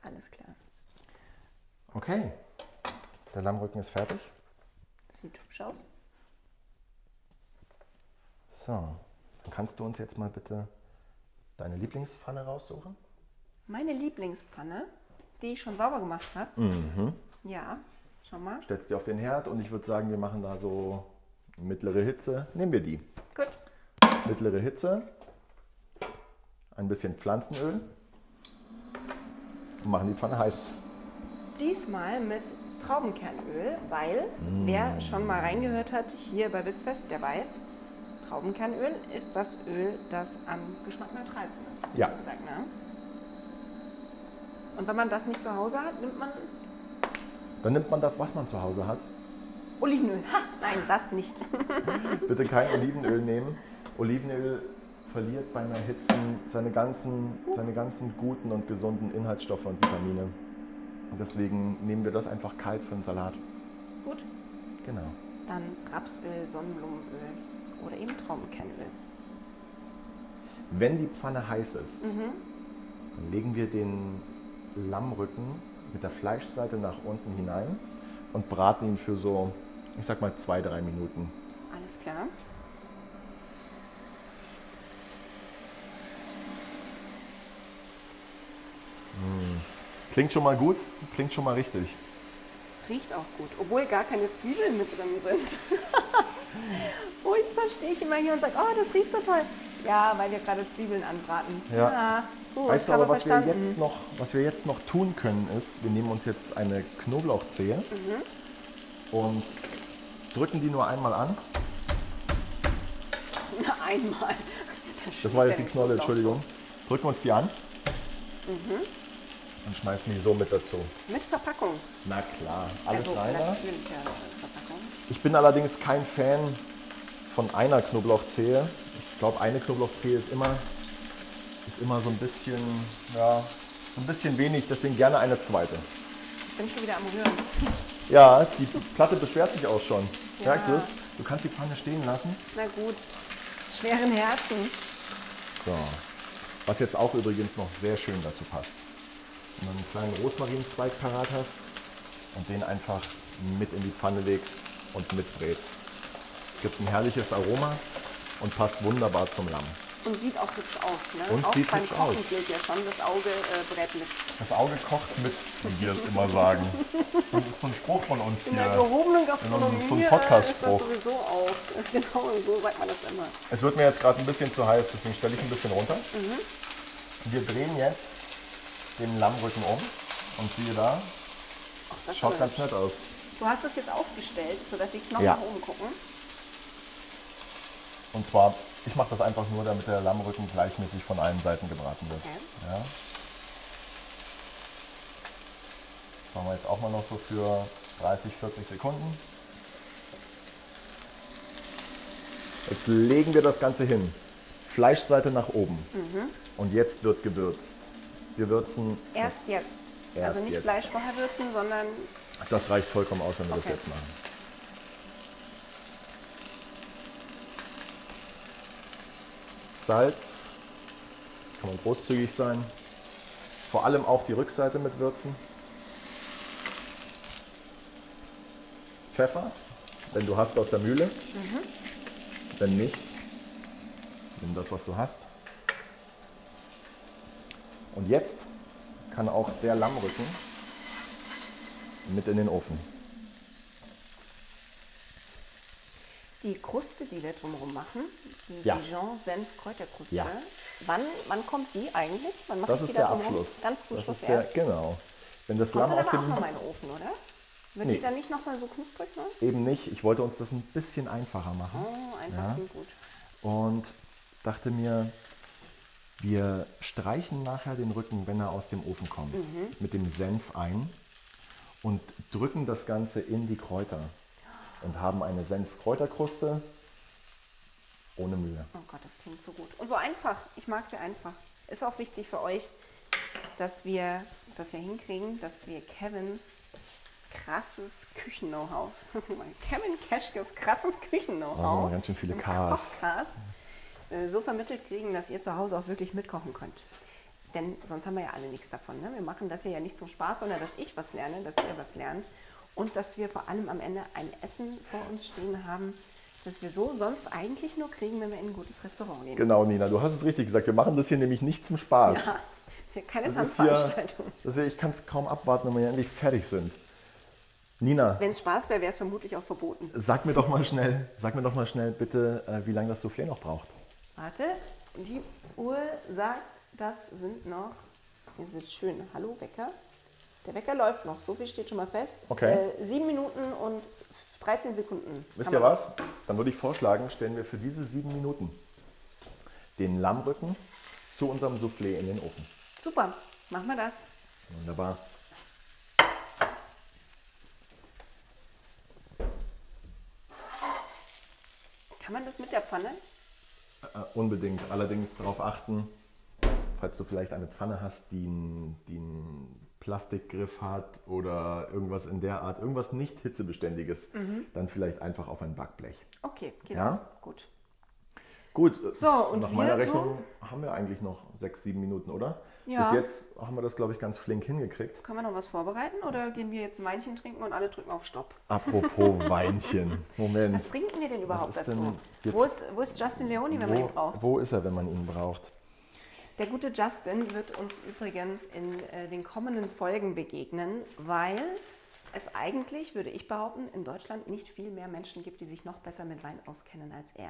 S2: Alles klar.
S3: Okay, der Lammrücken ist fertig.
S2: Sieht hübsch aus.
S3: So, dann kannst du uns jetzt mal bitte deine Lieblingspfanne raussuchen.
S2: Meine Lieblingspfanne, die ich schon sauber gemacht habe.
S3: Mhm.
S2: Ja, schau mal.
S3: Stellst die auf den Herd und ich würde sagen, wir machen da so mittlere Hitze. Nehmen wir die.
S2: Gut.
S3: Mittlere Hitze, ein bisschen Pflanzenöl und machen die Pfanne heiß.
S2: Diesmal mit Traubenkernöl, weil wer schon mal reingehört hat, hier bei Bissfest, der weiß, Traubenkernöl ist das Öl, das am geschmackneutralsten ist. hat
S3: Ja.
S2: man Gesagt, ne? Und wenn man das nicht zu Hause hat, nimmt man
S3: Dann nimmt man das, was man zu Hause hat.
S2: Olivenöl. Ha, nein, das nicht.
S3: Bitte kein Olivenöl nehmen. Olivenöl verliert beim Erhitzen seine ganzen, seine ganzen guten und gesunden Inhaltsstoffe und Vitamine. Und deswegen nehmen wir das einfach kalt für den Salat.
S2: Gut,
S3: Genau.
S2: dann Rapsöl, Sonnenblumenöl oder eben Traubenkernöl.
S3: Wenn die Pfanne heiß ist, dann legen wir den Lammrücken mit der Fleischseite nach unten hinein und braten ihn für so, ich sag mal, zwei, drei Minuten.
S2: Alles klar.
S3: Klingt schon mal gut, klingt schon mal richtig.
S2: Riecht auch gut, obwohl gar keine Zwiebeln mit drin sind. oh, jetzt verstehe ich immer hier und sage, oh, das riecht so toll. Ja, weil wir gerade Zwiebeln anbraten.
S3: Ja.
S2: Ah, gut,
S3: weißt du
S2: habe
S3: aber, was wir,
S2: verstanden.
S3: jetzt noch, was wir jetzt noch tun können, ist, wir nehmen uns jetzt eine Knoblauchzehe und drücken die nur einmal an.
S2: Na, Einmal.
S3: Das war jetzt die Knolle, Entschuldigung. Drücken uns die an und schmeißen die so mit dazu.
S2: Mit Verpackung.
S3: Na klar, alles
S2: also,
S3: reiner.
S2: natürlich, ja, mit Verpackung.
S3: Ich bin allerdings kein Fan von einer Knoblauchzehe. Ich glaube, eine Knoblauchzehe ist immer, ist immer so ein bisschen, ja, so ein bisschen wenig, deswegen gerne eine zweite.
S2: Ich bin schon wieder am Rühren.
S3: Ja, die Platte beschwert sich auch schon.
S2: Ja.
S3: Merkst du es? Du kannst die Pfanne stehen lassen.
S2: Na gut, schweren Herzen.
S3: So. Was jetzt auch übrigens noch sehr schön dazu passt. Wenn du einen kleinen Rosmarinzweig parat hast und den einfach mit in die Pfanne legst und mitbrätst. Gibt ein herrliches Aroma und passt wunderbar zum Lamm.
S2: Und sieht auch hübsch aus. Ne?
S3: Und
S2: auch
S3: sieht
S2: beim
S3: hübsch
S2: Kochen
S3: aus.
S2: gilt ja schon, das Auge äh, brät mit.
S3: Das Auge kocht mit, wie wir das immer sagen. Das ist so ein Spruch von uns
S2: In der gehobenen Gastronomie
S3: so ein
S2: äh, ist das
S3: Podcast-Spruch.
S2: sowieso auch. Genau, so sagt man das immer.
S3: Es wird mir jetzt gerade ein bisschen zu heiß, deswegen stelle ich ein bisschen runter. Wir drehen jetzt den Lammrücken um und siehe da,
S2: Ach, das
S3: schaut
S2: ist-
S3: ganz nett aus.
S2: du hast es jetzt aufgestellt, sodass die Knochen
S3: Ja.
S2: nach oben gucken.
S3: Und zwar, ich mache das einfach nur, damit der Lammrücken gleichmäßig von allen Seiten gebraten wird.
S2: Okay.
S3: Ja. Das machen wir jetzt auch mal noch so für 30, 40 Sekunden. Jetzt legen wir das Ganze hin. Fleischseite nach oben. Und jetzt wird gewürzt. Wir würzen.
S2: Erst jetzt.
S3: Erst
S2: also nicht
S3: jetzt.
S2: Fleisch vorher würzen, sondern
S3: Das reicht vollkommen aus, wenn wir
S2: Okay.
S3: das jetzt machen. Salz, kann man großzügig sein. Vor allem auch die Rückseite mit würzen. Pfeffer, wenn du hast aus der Mühle. Wenn nicht, nimm das, was du hast. Und jetzt kann auch der Lammrücken mit in den Ofen.
S2: die Kruste, die wir drumherum machen, die
S3: Ja.
S2: Dijon-Senf-Kräuterkruste.
S3: Ja.
S2: Wann, wann kommt die eigentlich? Wann mache
S3: Das
S2: ich die
S3: ist
S2: da
S3: der
S2: drumherum?
S3: Abschluss.
S2: ne? Ganz zum
S3: das
S2: Schluss
S3: ist der,
S2: erst.
S3: Genau. Wenn das
S2: Kommt
S3: Lamm
S2: dann
S3: aus
S2: aber auch
S3: dem
S2: nochmal in den Ofen, oder? Wird
S3: Nee.
S2: die dann nicht nochmal so knusprig? Ne?
S3: eben nicht. Ich wollte uns das ein bisschen einfacher machen
S2: Oh, einfach
S3: Ja.
S2: und gut.
S3: und dachte mir, Wir streichen nachher den Rücken, wenn er aus dem Ofen kommt,
S2: Mhm.
S3: mit dem Senf ein und drücken das Ganze in die Kräuter und haben eine Senfkräuterkruste ohne Mühe.
S2: Oh Gott, das klingt so gut. Und so einfach. Ich mag sie einfach. Ist auch wichtig für euch, dass wir, dass wir hinkriegen, dass wir Kevins krasses Küchen-Know-how, Kevin Keschkes krasses Küchen-Know-how,
S3: Oh, ganz schön viele
S2: im
S3: Ks.
S2: Podcast, äh, so vermittelt kriegen, dass ihr zu Hause auch wirklich mitkochen könnt. Denn sonst haben wir ja alle nichts davon. Ne? Wir machen das hier ja nicht zum Spaß, sondern dass ich was lerne, dass ihr was lernt und dass wir vor allem am Ende ein Essen vor uns stehen haben, das wir so sonst eigentlich nur kriegen, wenn wir in ein gutes Restaurant gehen.
S3: Genau, Nina, du hast es richtig gesagt. Wir machen das hier nämlich nicht zum Spaß.
S2: Ja, ist ja keine
S3: Das ist hier,
S2: Tanzveranstaltung.
S3: das hier, ich kann es kaum abwarten, wenn wir hier endlich fertig sind. Nina,
S2: Wenn es Spaß wäre, wäre es vermutlich auch verboten.
S3: sag mir doch mal schnell, sag mir doch mal schnell bitte, äh, wie lange das Soufflé noch braucht.
S2: Warte, die Uhr sagt, das sind noch. Hier sind schön. Hallo, Wecker. Der Wecker läuft noch, so viel steht schon mal fest.
S3: Okay.
S2: Äh, 7 Minuten und 13 Sekunden.
S3: Wisst
S2: haben
S3: ihr
S2: wir.
S3: was? Dann würde ich vorschlagen, stellen wir für diese sieben Minuten den Lammrücken zu unserem Soufflé in den Ofen.
S2: Super, machen wir das.
S3: Wunderbar.
S2: Kann man das mit der Pfanne?
S3: Äh, unbedingt. Allerdings darauf achten, falls du vielleicht eine Pfanne hast, die einen, die einen Plastikgriff hat oder irgendwas in der Art, irgendwas nicht hitzebeständiges, dann vielleicht einfach auf ein Backblech.
S2: Okay, geht
S3: Ja.
S2: auch. Gut.
S3: Gut, äh,
S2: So, und
S3: nach
S2: wir
S3: meiner
S2: so?
S3: Rechnung haben wir eigentlich noch sechs, sieben Minuten, oder?
S2: Ja.
S3: Bis jetzt haben wir das, glaube ich, ganz flink hingekriegt.
S2: Können wir noch was vorbereiten oder gehen wir jetzt ein Weinchen trinken und alle drücken auf Stopp?
S3: Apropos Weinchen. Moment.
S2: Was trinken wir denn überhaupt
S3: ist
S2: dazu?
S3: denn jetzt-
S2: wo, ist, wo ist Justin Leoni, wenn man ihn braucht?
S3: wo ist er, wenn man ihn braucht?
S2: Der gute Justin wird uns übrigens in äh, den kommenden Folgen begegnen, weil es eigentlich, würde ich behaupten, in Deutschland nicht viel mehr Menschen gibt, die sich noch besser mit Wein auskennen als er.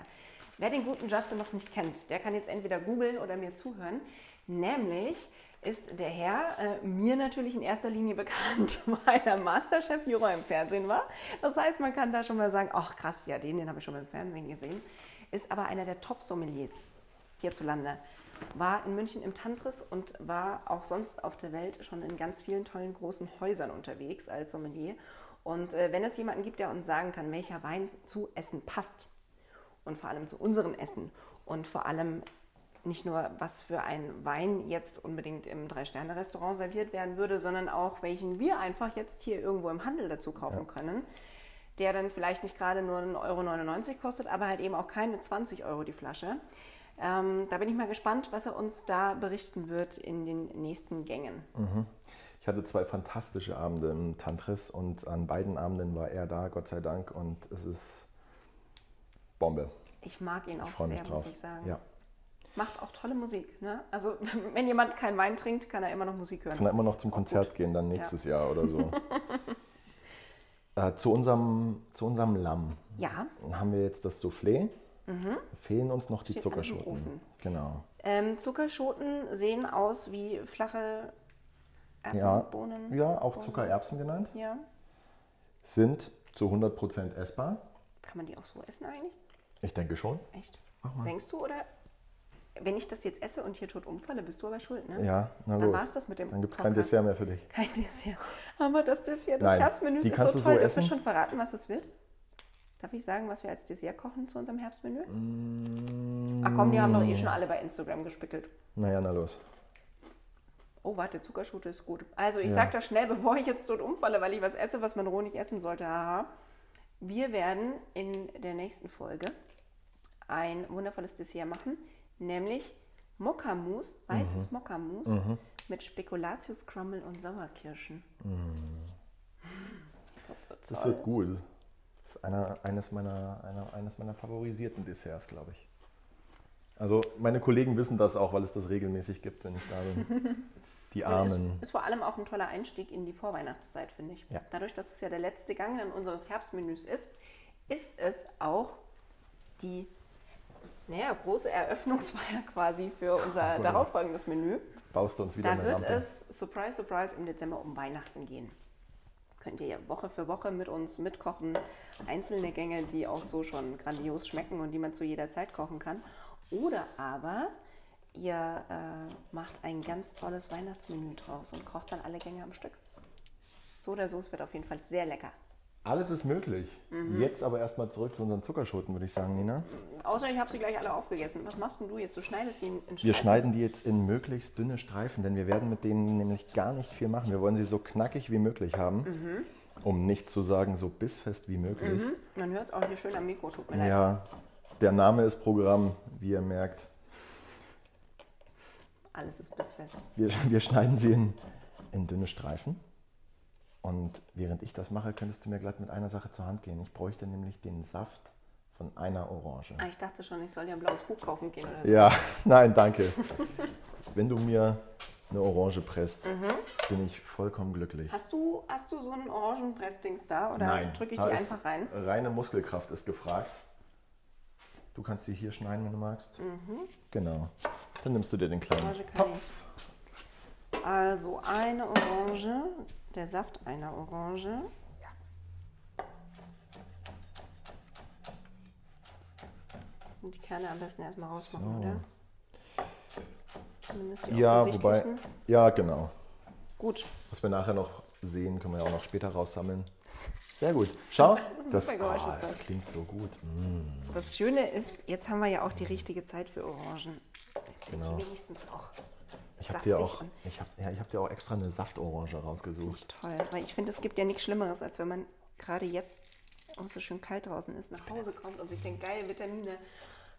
S2: Wer den guten Justin noch nicht kennt, der kann jetzt entweder googeln oder mir zuhören. Nämlich ist der Herr äh, mir natürlich in erster Linie bekannt, weil er Masterchef Jura im Fernsehen war. Das heißt, man kann da schon mal sagen, ach krass, ja, den, den habe ich schon mal im Fernsehen gesehen. Ist aber einer der Top-Sommeliers hierzulande. War in München im Tantris und war auch sonst auf der Welt schon in ganz vielen tollen großen Häusern unterwegs als Sommelier. Und äh, wenn es jemanden gibt, der uns sagen kann, welcher Wein zu Essen passt und vor allem zu unseren Essen und vor allem nicht nur, was für ein Wein jetzt unbedingt im Drei-Sterne-Restaurant serviert werden würde, sondern auch, welchen wir einfach jetzt hier irgendwo im Handel dazu kaufen können, der dann vielleicht nicht gerade nur 1,99 Euro kostet, aber halt eben auch keine 20 Euro die Flasche. Ähm, da bin ich mal gespannt, was er uns da berichten wird in den nächsten Gängen.
S3: Mhm. Ich hatte zwei fantastische Abende im Tantris und an beiden Abenden war er da, Gott sei Dank, und es ist Bombe.
S2: Ich mag ihn
S3: Ich
S2: auch
S3: freue mich
S2: sehr,
S3: drauf.
S2: muss ich sagen.
S3: Ja.
S2: Macht auch tolle Musik. Ne? Also wenn jemand keinen Wein trinkt, kann er immer noch Musik hören.
S3: Kann er immer noch zum Konzert gehen, dann nächstes Jahr oder so. äh, zu, unserem, zu unserem Lamm
S2: Ja. Mhm.
S3: haben wir jetzt das Soufflé. Fehlen uns noch die
S2: Steht alles im
S3: Zuckerschoten.
S2: Ofen.
S3: Genau.
S2: Ähm, Zuckerschoten sehen aus wie flache Erfen,
S3: Ja,
S2: Bohnen.
S3: ja, auch Zuckererbsen genannt.
S2: Ja.
S3: Sind zu 100% essbar.
S2: Kann man die auch so essen eigentlich?
S3: Ich denke schon.
S2: Echt? Denkst du oder? Wenn ich das jetzt esse und hier tot umfalle, bist du aber schuld, ne?
S3: Ja, na
S2: Dann
S3: los.
S2: war's das mit dem
S3: Dann gibt es kein
S2: Podcast.
S3: Dessert mehr für dich.
S2: Kein Dessert. Aber das Dessert, das
S3: Nein,
S2: Herbstmenü
S3: die
S2: ist so
S3: kannst
S2: toll.
S3: du so
S2: Darf
S3: essen.
S2: ich schon verraten, was es wird? Darf ich sagen, was wir als Dessert kochen zu unserem Herbstmenü?
S3: Mm.
S2: Ach komm, die haben doch eh schon alle bei Instagram gespickelt.
S3: Naja, na los.
S2: Oh, warte, Zuckerschote ist gut. Also ich sag das schnell, bevor ich jetzt tot umfalle, weil ich was esse, was man roh nicht essen sollte. Haha. Wir werden in der nächsten Folge ein wundervolles Dessert machen, nämlich Mokka-Mousse, weißes
S3: Mhm.
S2: Mokka-Mousse mit Spekulatius, Crumble und Sauerkirschen. Das wird toll.
S3: Mhm. Das wird gut. Das ist einer, eines, meiner, einer, eines meiner favorisierten Desserts, glaube ich. Also meine Kollegen wissen das auch, weil es das regelmäßig gibt, wenn ich da bin. Die Armen.
S2: Ist, ist vor allem auch ein toller Einstieg in die Vorweihnachtszeit, finde ich.
S3: Ja.
S2: Dadurch, dass es ja der letzte Gang in unseres Herbstmenüs ist, ist es auch die naja, große Eröffnungsfeier quasi für unser
S3: Cool.
S2: darauffolgendes Menü.
S3: Baust du uns wieder
S2: Da
S3: eine
S2: wird
S3: Rampe.
S2: es, surprise, surprise, im Dezember um Weihnachten gehen. Könnt ihr ja Woche für Woche mit uns mitkochen. Einzelne Gänge, die auch so schon grandios schmecken und die man zu jeder Zeit kochen kann. Oder aber Ihr äh, macht ein ganz tolles Weihnachtsmenü draus und kocht dann alle Gänge am Stück. So oder so, es wird auf jeden Fall sehr lecker.
S3: Alles ist möglich.
S2: Mhm.
S3: Jetzt aber erstmal zurück zu unseren Zuckerschoten, würde ich sagen, Nina.
S2: Außer ich habe sie gleich alle aufgegessen. Was machst denn du jetzt? Du schneidest die in in
S3: Wir
S2: Streifen?
S3: schneiden die jetzt in möglichst dünne Streifen, denn wir werden mit denen nämlich gar nicht viel machen. Wir wollen sie so knackig wie möglich haben,
S2: Mhm.
S3: um nicht zu sagen so bissfest wie möglich.
S2: Man hört es Hm? auch hier schön am Mikro, tut mir leid.
S3: Ja, der Name ist Programm, wie ihr merkt.
S2: Alles ist bissfest.
S3: Wir, wir schneiden sie in, in dünne Streifen. Und während ich das mache, könntest du mir glatt mit einer Sache zur Hand gehen. Ich bräuchte nämlich den Saft von einer Orange.
S2: Ah, ich dachte schon, ich soll dir ein blaues Buch kaufen gehen oder so.
S3: Ja, nein, danke. Wenn du mir eine Orange presst, bin ich vollkommen glücklich.
S2: Mhm. Hast du, hast du so einen Orangenpressdings da oder drücke ich
S3: da
S2: die
S3: ist
S2: einfach rein?
S3: Reine Muskelkraft ist gefragt. Du kannst die hier schneiden, wenn du magst. Genau. Dann nimmst du dir den kleinen.
S2: Mhm. Orange kann ich. Also eine Orange, der Saft einer Orange. Und die Kerne am besten erstmal rausmachen, oder? Zumindest die
S3: Ja, wobei.
S2: offensichtlichen.
S3: Ja, genau.
S2: Gut,
S3: Was wir nachher noch sehen, können wir ja auch noch später raussammeln. Sehr gut. Schau. Das,
S2: super Geräusch
S3: ah,
S2: ist
S3: das
S2: das.
S3: klingt so gut. Mm,
S2: das Schöne ist, jetzt haben wir ja auch die richtige Zeit für Orangen.
S3: Genau.
S2: Die wenigstens auch.
S3: Ich habe dir,
S2: Saftig
S3: auch-
S2: und-
S3: ich hab, ja, ich hab dir auch extra eine Saftorange rausgesucht.
S2: Toll, weil ich finde, es gibt ja nichts Schlimmeres, als wenn man gerade jetzt, wo es so schön kalt draußen ist, nach Hause kommt und sich denkt, geil, Vitamine,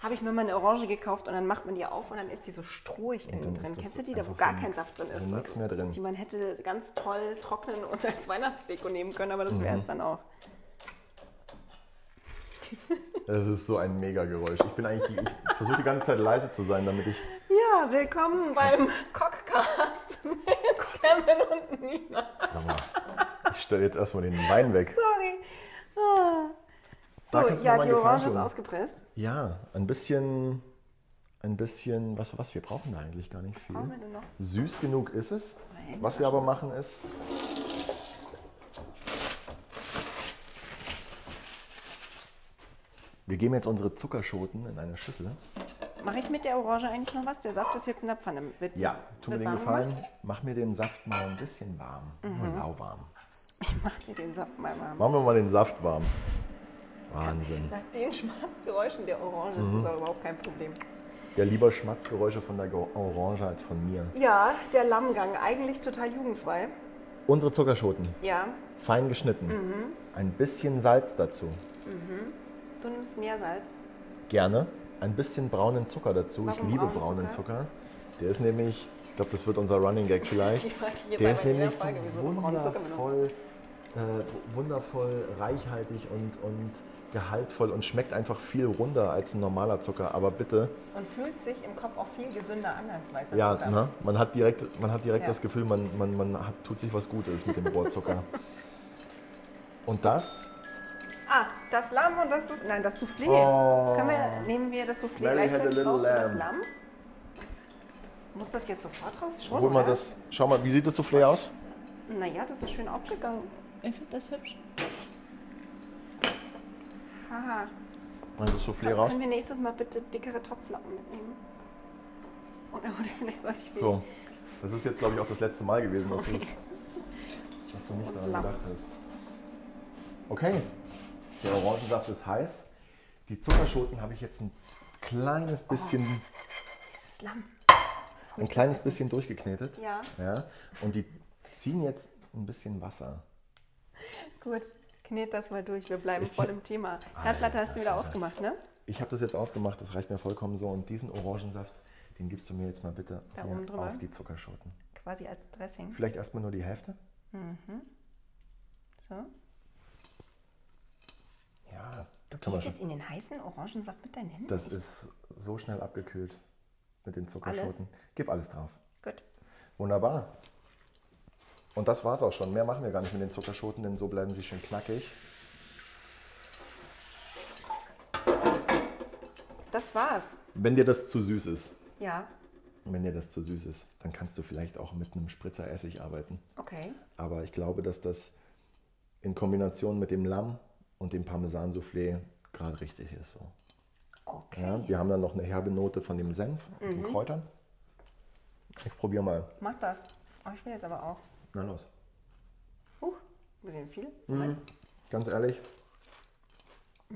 S2: habe ich mir mal eine Orange gekauft und dann macht man die auf und dann ist die so strohig innen
S3: dann ist
S2: drin.
S3: das
S2: Kennst du die da, wo
S3: einfach
S2: gar
S3: so
S2: kein
S3: nix-
S2: Saft drin
S3: so
S2: ist?
S3: nix mehr drin.
S2: Die man hätte ganz toll trocknen und als Weihnachtsdeko nehmen können, aber das wäre
S3: Mhm.
S2: es dann auch.
S3: Das ist so ein Mega-Geräusch. Ich bin eigentlich, die, ich versuche die ganze Zeit leise zu sein, damit ich
S2: Ja, willkommen beim Cockcast mit Kevin und Nina.
S3: Sag mal, ich stelle jetzt erstmal den Wein weg.
S2: Sorry. Ah. So,
S3: Da kannst du
S2: ja,
S3: mir mal
S2: die
S3: Gefallen
S2: Orange ist
S3: tun.
S2: ausgepresst.
S3: Ja, ein bisschen, ein bisschen, was, was, wir brauchen da eigentlich gar nicht viel.
S2: Brauchen wir denn noch?
S3: Süß genug ist es.
S2: Nein,
S3: was wir aber machen ist, wir geben jetzt unsere Zuckerschoten in eine Schüssel.
S2: Mache ich mit der Orange eigentlich noch was? Der Saft ist jetzt in der Pfanne. Wird,
S3: Ja, tu mir
S2: wird
S3: den
S2: warm
S3: Gefallen,
S2: gemacht?
S3: mach mir den Saft mal ein bisschen warm,
S2: Mhm.
S3: nur lauwarm.
S2: Ich mache dir den Saft mal warm.
S3: Machen wir mal den Saft warm. Wahnsinn.
S2: Nach den Schmarzgeräuschen der Orange
S3: Mhm.
S2: ist das auch überhaupt kein Problem.
S3: Ja, lieber Schmatzgeräusche von der Go- Orange als von mir.
S2: Ja, der Lammgang, eigentlich total jugendfrei.
S3: Unsere Zuckerschoten,
S2: Ja,
S3: fein geschnitten.
S2: Mhm.
S3: Ein bisschen Salz dazu.
S2: du nimmst Meersalz.
S3: Gerne. Ein bisschen braunen Zucker dazu.
S2: Warum
S3: ich liebe
S2: braunen
S3: braunen Zucker? Der ist nämlich, ich glaube, das wird unser Running Gag vielleicht.
S2: Die frage ich jetzt
S3: der
S2: aber
S3: ist
S2: in jeder
S3: nämlich so
S2: Folge, wieso du braunen Zucker benutzt.
S3: wundervoll, äh, wundervoll, reichhaltig und, und gehaltvoll und schmeckt einfach viel runder als ein normaler Zucker. Aber bitte,
S2: Und fühlt sich im Kopf auch viel gesünder an als weißer
S3: ja,
S2: Zucker.
S3: ne? man hat direkt, man hat direkt
S2: Ja.
S3: das Gefühl, man, man, man hat, tut sich was Gutes mit dem Rohrzucker. und das
S2: Ah, das Lamm und das Soufflé. Nein, das Soufflé.
S3: Oh.
S2: Können wir, nehmen wir das Soufflé
S3: Mary had a
S2: gleichzeitig
S3: little
S2: raus und das
S3: lamb.
S2: Lamm? Muss das jetzt sofort raus? Schon,
S3: Hol mal
S2: oder?
S3: das. Schau mal, wie sieht das Soufflé aus?
S2: Naja, das ist schön aufgegangen. Ich finde das hübsch. Haha.
S3: Mal das Soufflé raus.
S2: Können wir nächstes Mal bitte dickere Topflappen mitnehmen? Oder, oder vielleicht sollte ich sie.
S3: So. Das ist jetzt, glaube ich, auch das letzte Mal gewesen, dass, du es- dass du nicht daran
S2: Lamm.
S3: gedacht hast. Okay. Der Orangensaft ist heiß. Die Zuckerschoten habe ich jetzt ein kleines bisschen,
S2: Dieses Lamm.
S3: ein kleines bisschen durchgeknetet.
S2: Ja.
S3: ja. Und die ziehen jetzt ein bisschen Wasser.
S2: Gut, knet das mal durch. Wir bleiben
S3: Ich- Ah,
S2: voll im Thema. Herdplatte hast du wieder ausgemacht, ne?
S3: Ich habe das jetzt ausgemacht, das reicht mir vollkommen so. Und diesen Orangensaft, den gibst du mir jetzt mal bitte
S2: Da
S3: hier
S2: oben drüber?
S3: auf die Zuckerschoten.
S2: Quasi als Dressing.
S3: Vielleicht erstmal nur die Hälfte.
S2: So.
S3: Ja, da kann man
S2: Gießt
S3: schon.
S2: jetzt in den heißen Orangensaft mit deinen Händen?
S3: Das ist so schnell abgekühlt mit den Zuckerschoten.
S2: Alles?
S3: Gib alles drauf.
S2: Gut.
S3: Wunderbar. Und das war's auch schon. Mehr machen wir gar nicht mit den Zuckerschoten, denn so bleiben sie schön knackig.
S2: Das war's.
S3: Wenn dir das zu süß ist,
S2: Ja.
S3: wenn dir das zu süß ist, dann kannst du vielleicht auch mit einem Spritzer Essig arbeiten.
S2: Okay.
S3: Aber ich glaube, dass das in Kombination mit dem Lamm und dem Parmesan-Soufflé gerade richtig ist. So.
S2: Okay.
S3: Ja, wir haben dann noch eine herbe Note von dem Senf und den Kräutern. Ich probiere mal.
S2: Mach das. Oh, ich will jetzt aber auch.
S3: Na los.
S2: Huch, ein bisschen viel.
S3: Mhm.
S2: Moment.
S3: Ganz ehrlich.
S2: Oh,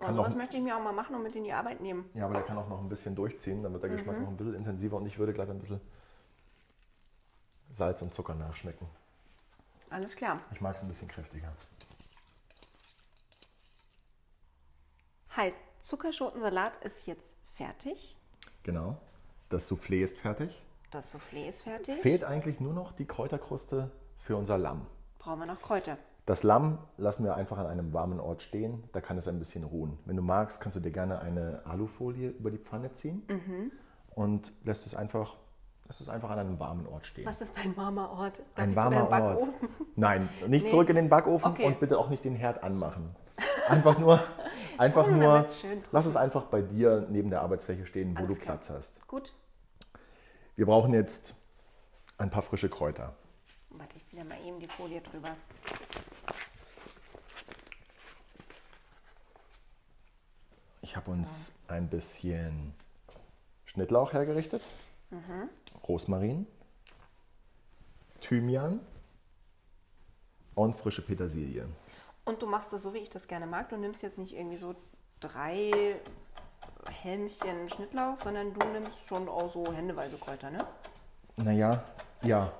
S3: Kann
S2: sowas
S3: doch-
S2: Oh, möchte ich mir auch mal machen und mit in die Arbeit nehmen.
S3: Ja, aber der kann auch noch ein bisschen durchziehen, dann wird der Geschmack noch ein bisschen intensiver und ich würde gleich ein bisschen Salz und Zucker nachschmecken.
S2: Alles klar.
S3: Ich mag es ein bisschen kräftiger.
S2: Heißt, Zuckerschotensalat ist jetzt fertig.
S3: Genau. Das Soufflé ist fertig.
S2: Das Soufflé ist fertig.
S3: Fehlt eigentlich nur noch die Kräuterkruste für unser Lamm.
S2: Brauchen wir noch Kräuter.
S3: Das Lamm lassen wir einfach an einem warmen Ort stehen, da kann es ein bisschen ruhen. Wenn du magst, kannst du dir gerne eine Alufolie über die Pfanne ziehen und lässt es einfach, lässt es einfach an einem warmen Ort stehen.
S2: Was ist ein warmer Ort? Darf
S3: Ein
S2: ich so
S3: warmer
S2: deinen
S3: Ort.
S2: Backofen?
S3: Nein, nicht
S2: Nee.
S3: zurück in den Backofen
S2: Okay.
S3: und bitte auch nicht den Herd anmachen. Einfach nur, einfach
S2: Hm,
S3: nur,
S2: damit's schön
S3: lass es einfach bei dir neben der Arbeitsfläche stehen, wo
S2: Alles
S3: du
S2: klar.
S3: Platz hast.
S2: Gut.
S3: Wir brauchen jetzt ein paar frische Kräuter.
S2: Warte, ich ziehe da mal eben die Folie drüber.
S3: Ich habe uns ein bisschen Schnittlauch hergerichtet,
S2: Mhm.
S3: Rosmarin, Thymian und frische Petersilie.
S2: Und du machst das so, wie ich das gerne mag. Du nimmst jetzt nicht irgendwie so drei Helmchen Schnittlauch, sondern du nimmst schon auch so händeweise Kräuter, ne?
S3: Naja, ja.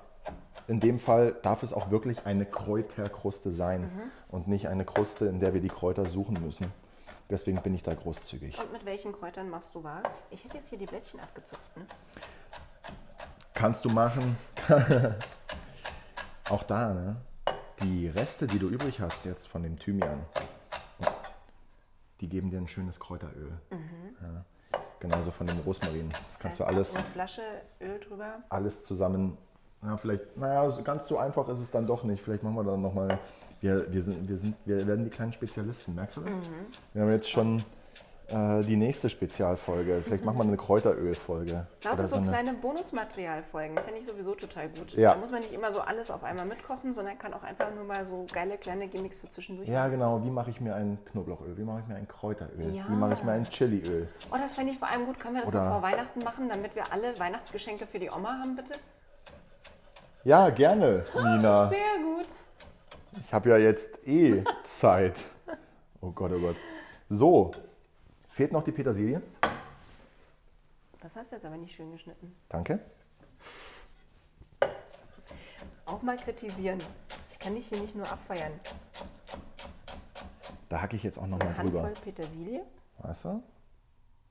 S3: In dem Fall darf es auch wirklich eine Kräuterkruste sein und nicht eine Kruste, in der wir die Kräuter suchen müssen. Deswegen bin ich da großzügig.
S2: Und mit welchen Kräutern machst du was? Ich hätte jetzt hier die Blättchen abgezupft, ne?
S3: Kannst du machen. auch da, ne? Die Reste, die du übrig hast jetzt von dem Thymian, die geben dir ein schönes Kräuteröl. Ja. Genauso von dem Rosmarin. Das kannst du
S2: Heißt,
S3: alles.
S2: Eine Flasche Öl drüber.
S3: alles zusammen. Ja, vielleicht, naja, so ganz so einfach ist es dann doch nicht. Vielleicht machen wir dann nochmal. Wir, wir, sind, wir, sind, wir werden die kleinen Spezialisten, merkst du das?
S2: Mhm.
S3: Wir haben jetzt schon äh, die nächste Spezialfolge. Vielleicht machen wir eine Kräuterölfolge.
S2: Lauter
S3: Oder
S2: so
S3: eine-
S2: kleine Bonusmaterialfolgen finde ich sowieso total gut.
S3: Ja.
S2: Da muss man nicht immer so alles auf einmal mitkochen, sondern kann auch einfach nur mal so geile kleine Gimmicks für zwischendurch.
S3: Ja, genau. Wie mache ich mir ein Knoblauchöl? Wie mache ich mir ein Kräuteröl?
S2: Ja.
S3: Wie mache ich mir ein Chiliöl?
S2: Oh, das fände ich vor allem gut. Können wir das
S3: Oder-
S2: noch vor Weihnachten machen, damit wir alle Weihnachtsgeschenke für die Oma haben, bitte?
S3: Ja, gerne, Nina.
S2: Sehr gut.
S3: Ich habe ja jetzt eh Zeit. Oh Gott, oh Gott. So, fehlt noch die Petersilie.
S2: Das hast du jetzt aber nicht schön geschnitten.
S3: Danke.
S2: Auch mal kritisieren. Ich kann dich hier nicht nur abfeiern.
S3: Da hacke ich jetzt auch
S2: Eine
S3: nochmal drüber.
S2: Handvoll Petersilie?
S3: Weißt du?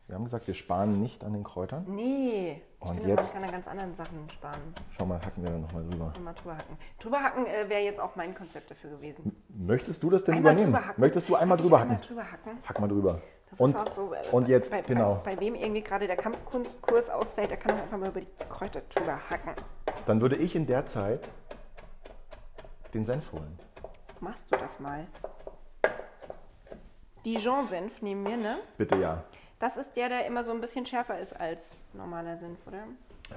S3: Wir haben gesagt, wir sparen nicht an den Kräutern.
S2: Nee. Ich
S3: Und
S2: finde,
S3: jetzt-
S2: man kann an ganz anderen Sachen sparen.
S3: Schau mal, hacken wir da nochmal drüber.
S2: Immer drüber hacken. Drüber hacken äh, wäre jetzt auch mein Konzept dafür gewesen.
S3: Möchtest du das denn
S2: Einmal
S3: übernehmen?
S2: drüber hacken.
S3: Möchtest du einmal
S2: Darf ich
S3: drüber hacken?
S2: Einmal drüber hacken.
S3: Hack mal drüber.
S2: Das
S3: Und,
S2: ist auch so, äh,
S3: und jetzt,
S2: bei,
S3: genau,
S2: Bei, bei wem irgendwie gerade der Kampfkunstkurs ausfällt, der kann doch einfach mal über die Kräuter drüber hacken.
S3: dann würde ich in der Zeit den Senf holen.
S2: Machst du das mal? Dijon-Senf nehmen wir, ne?
S3: Bitte ja.
S2: Das ist der, der immer so ein bisschen schärfer ist als normaler Senf, oder?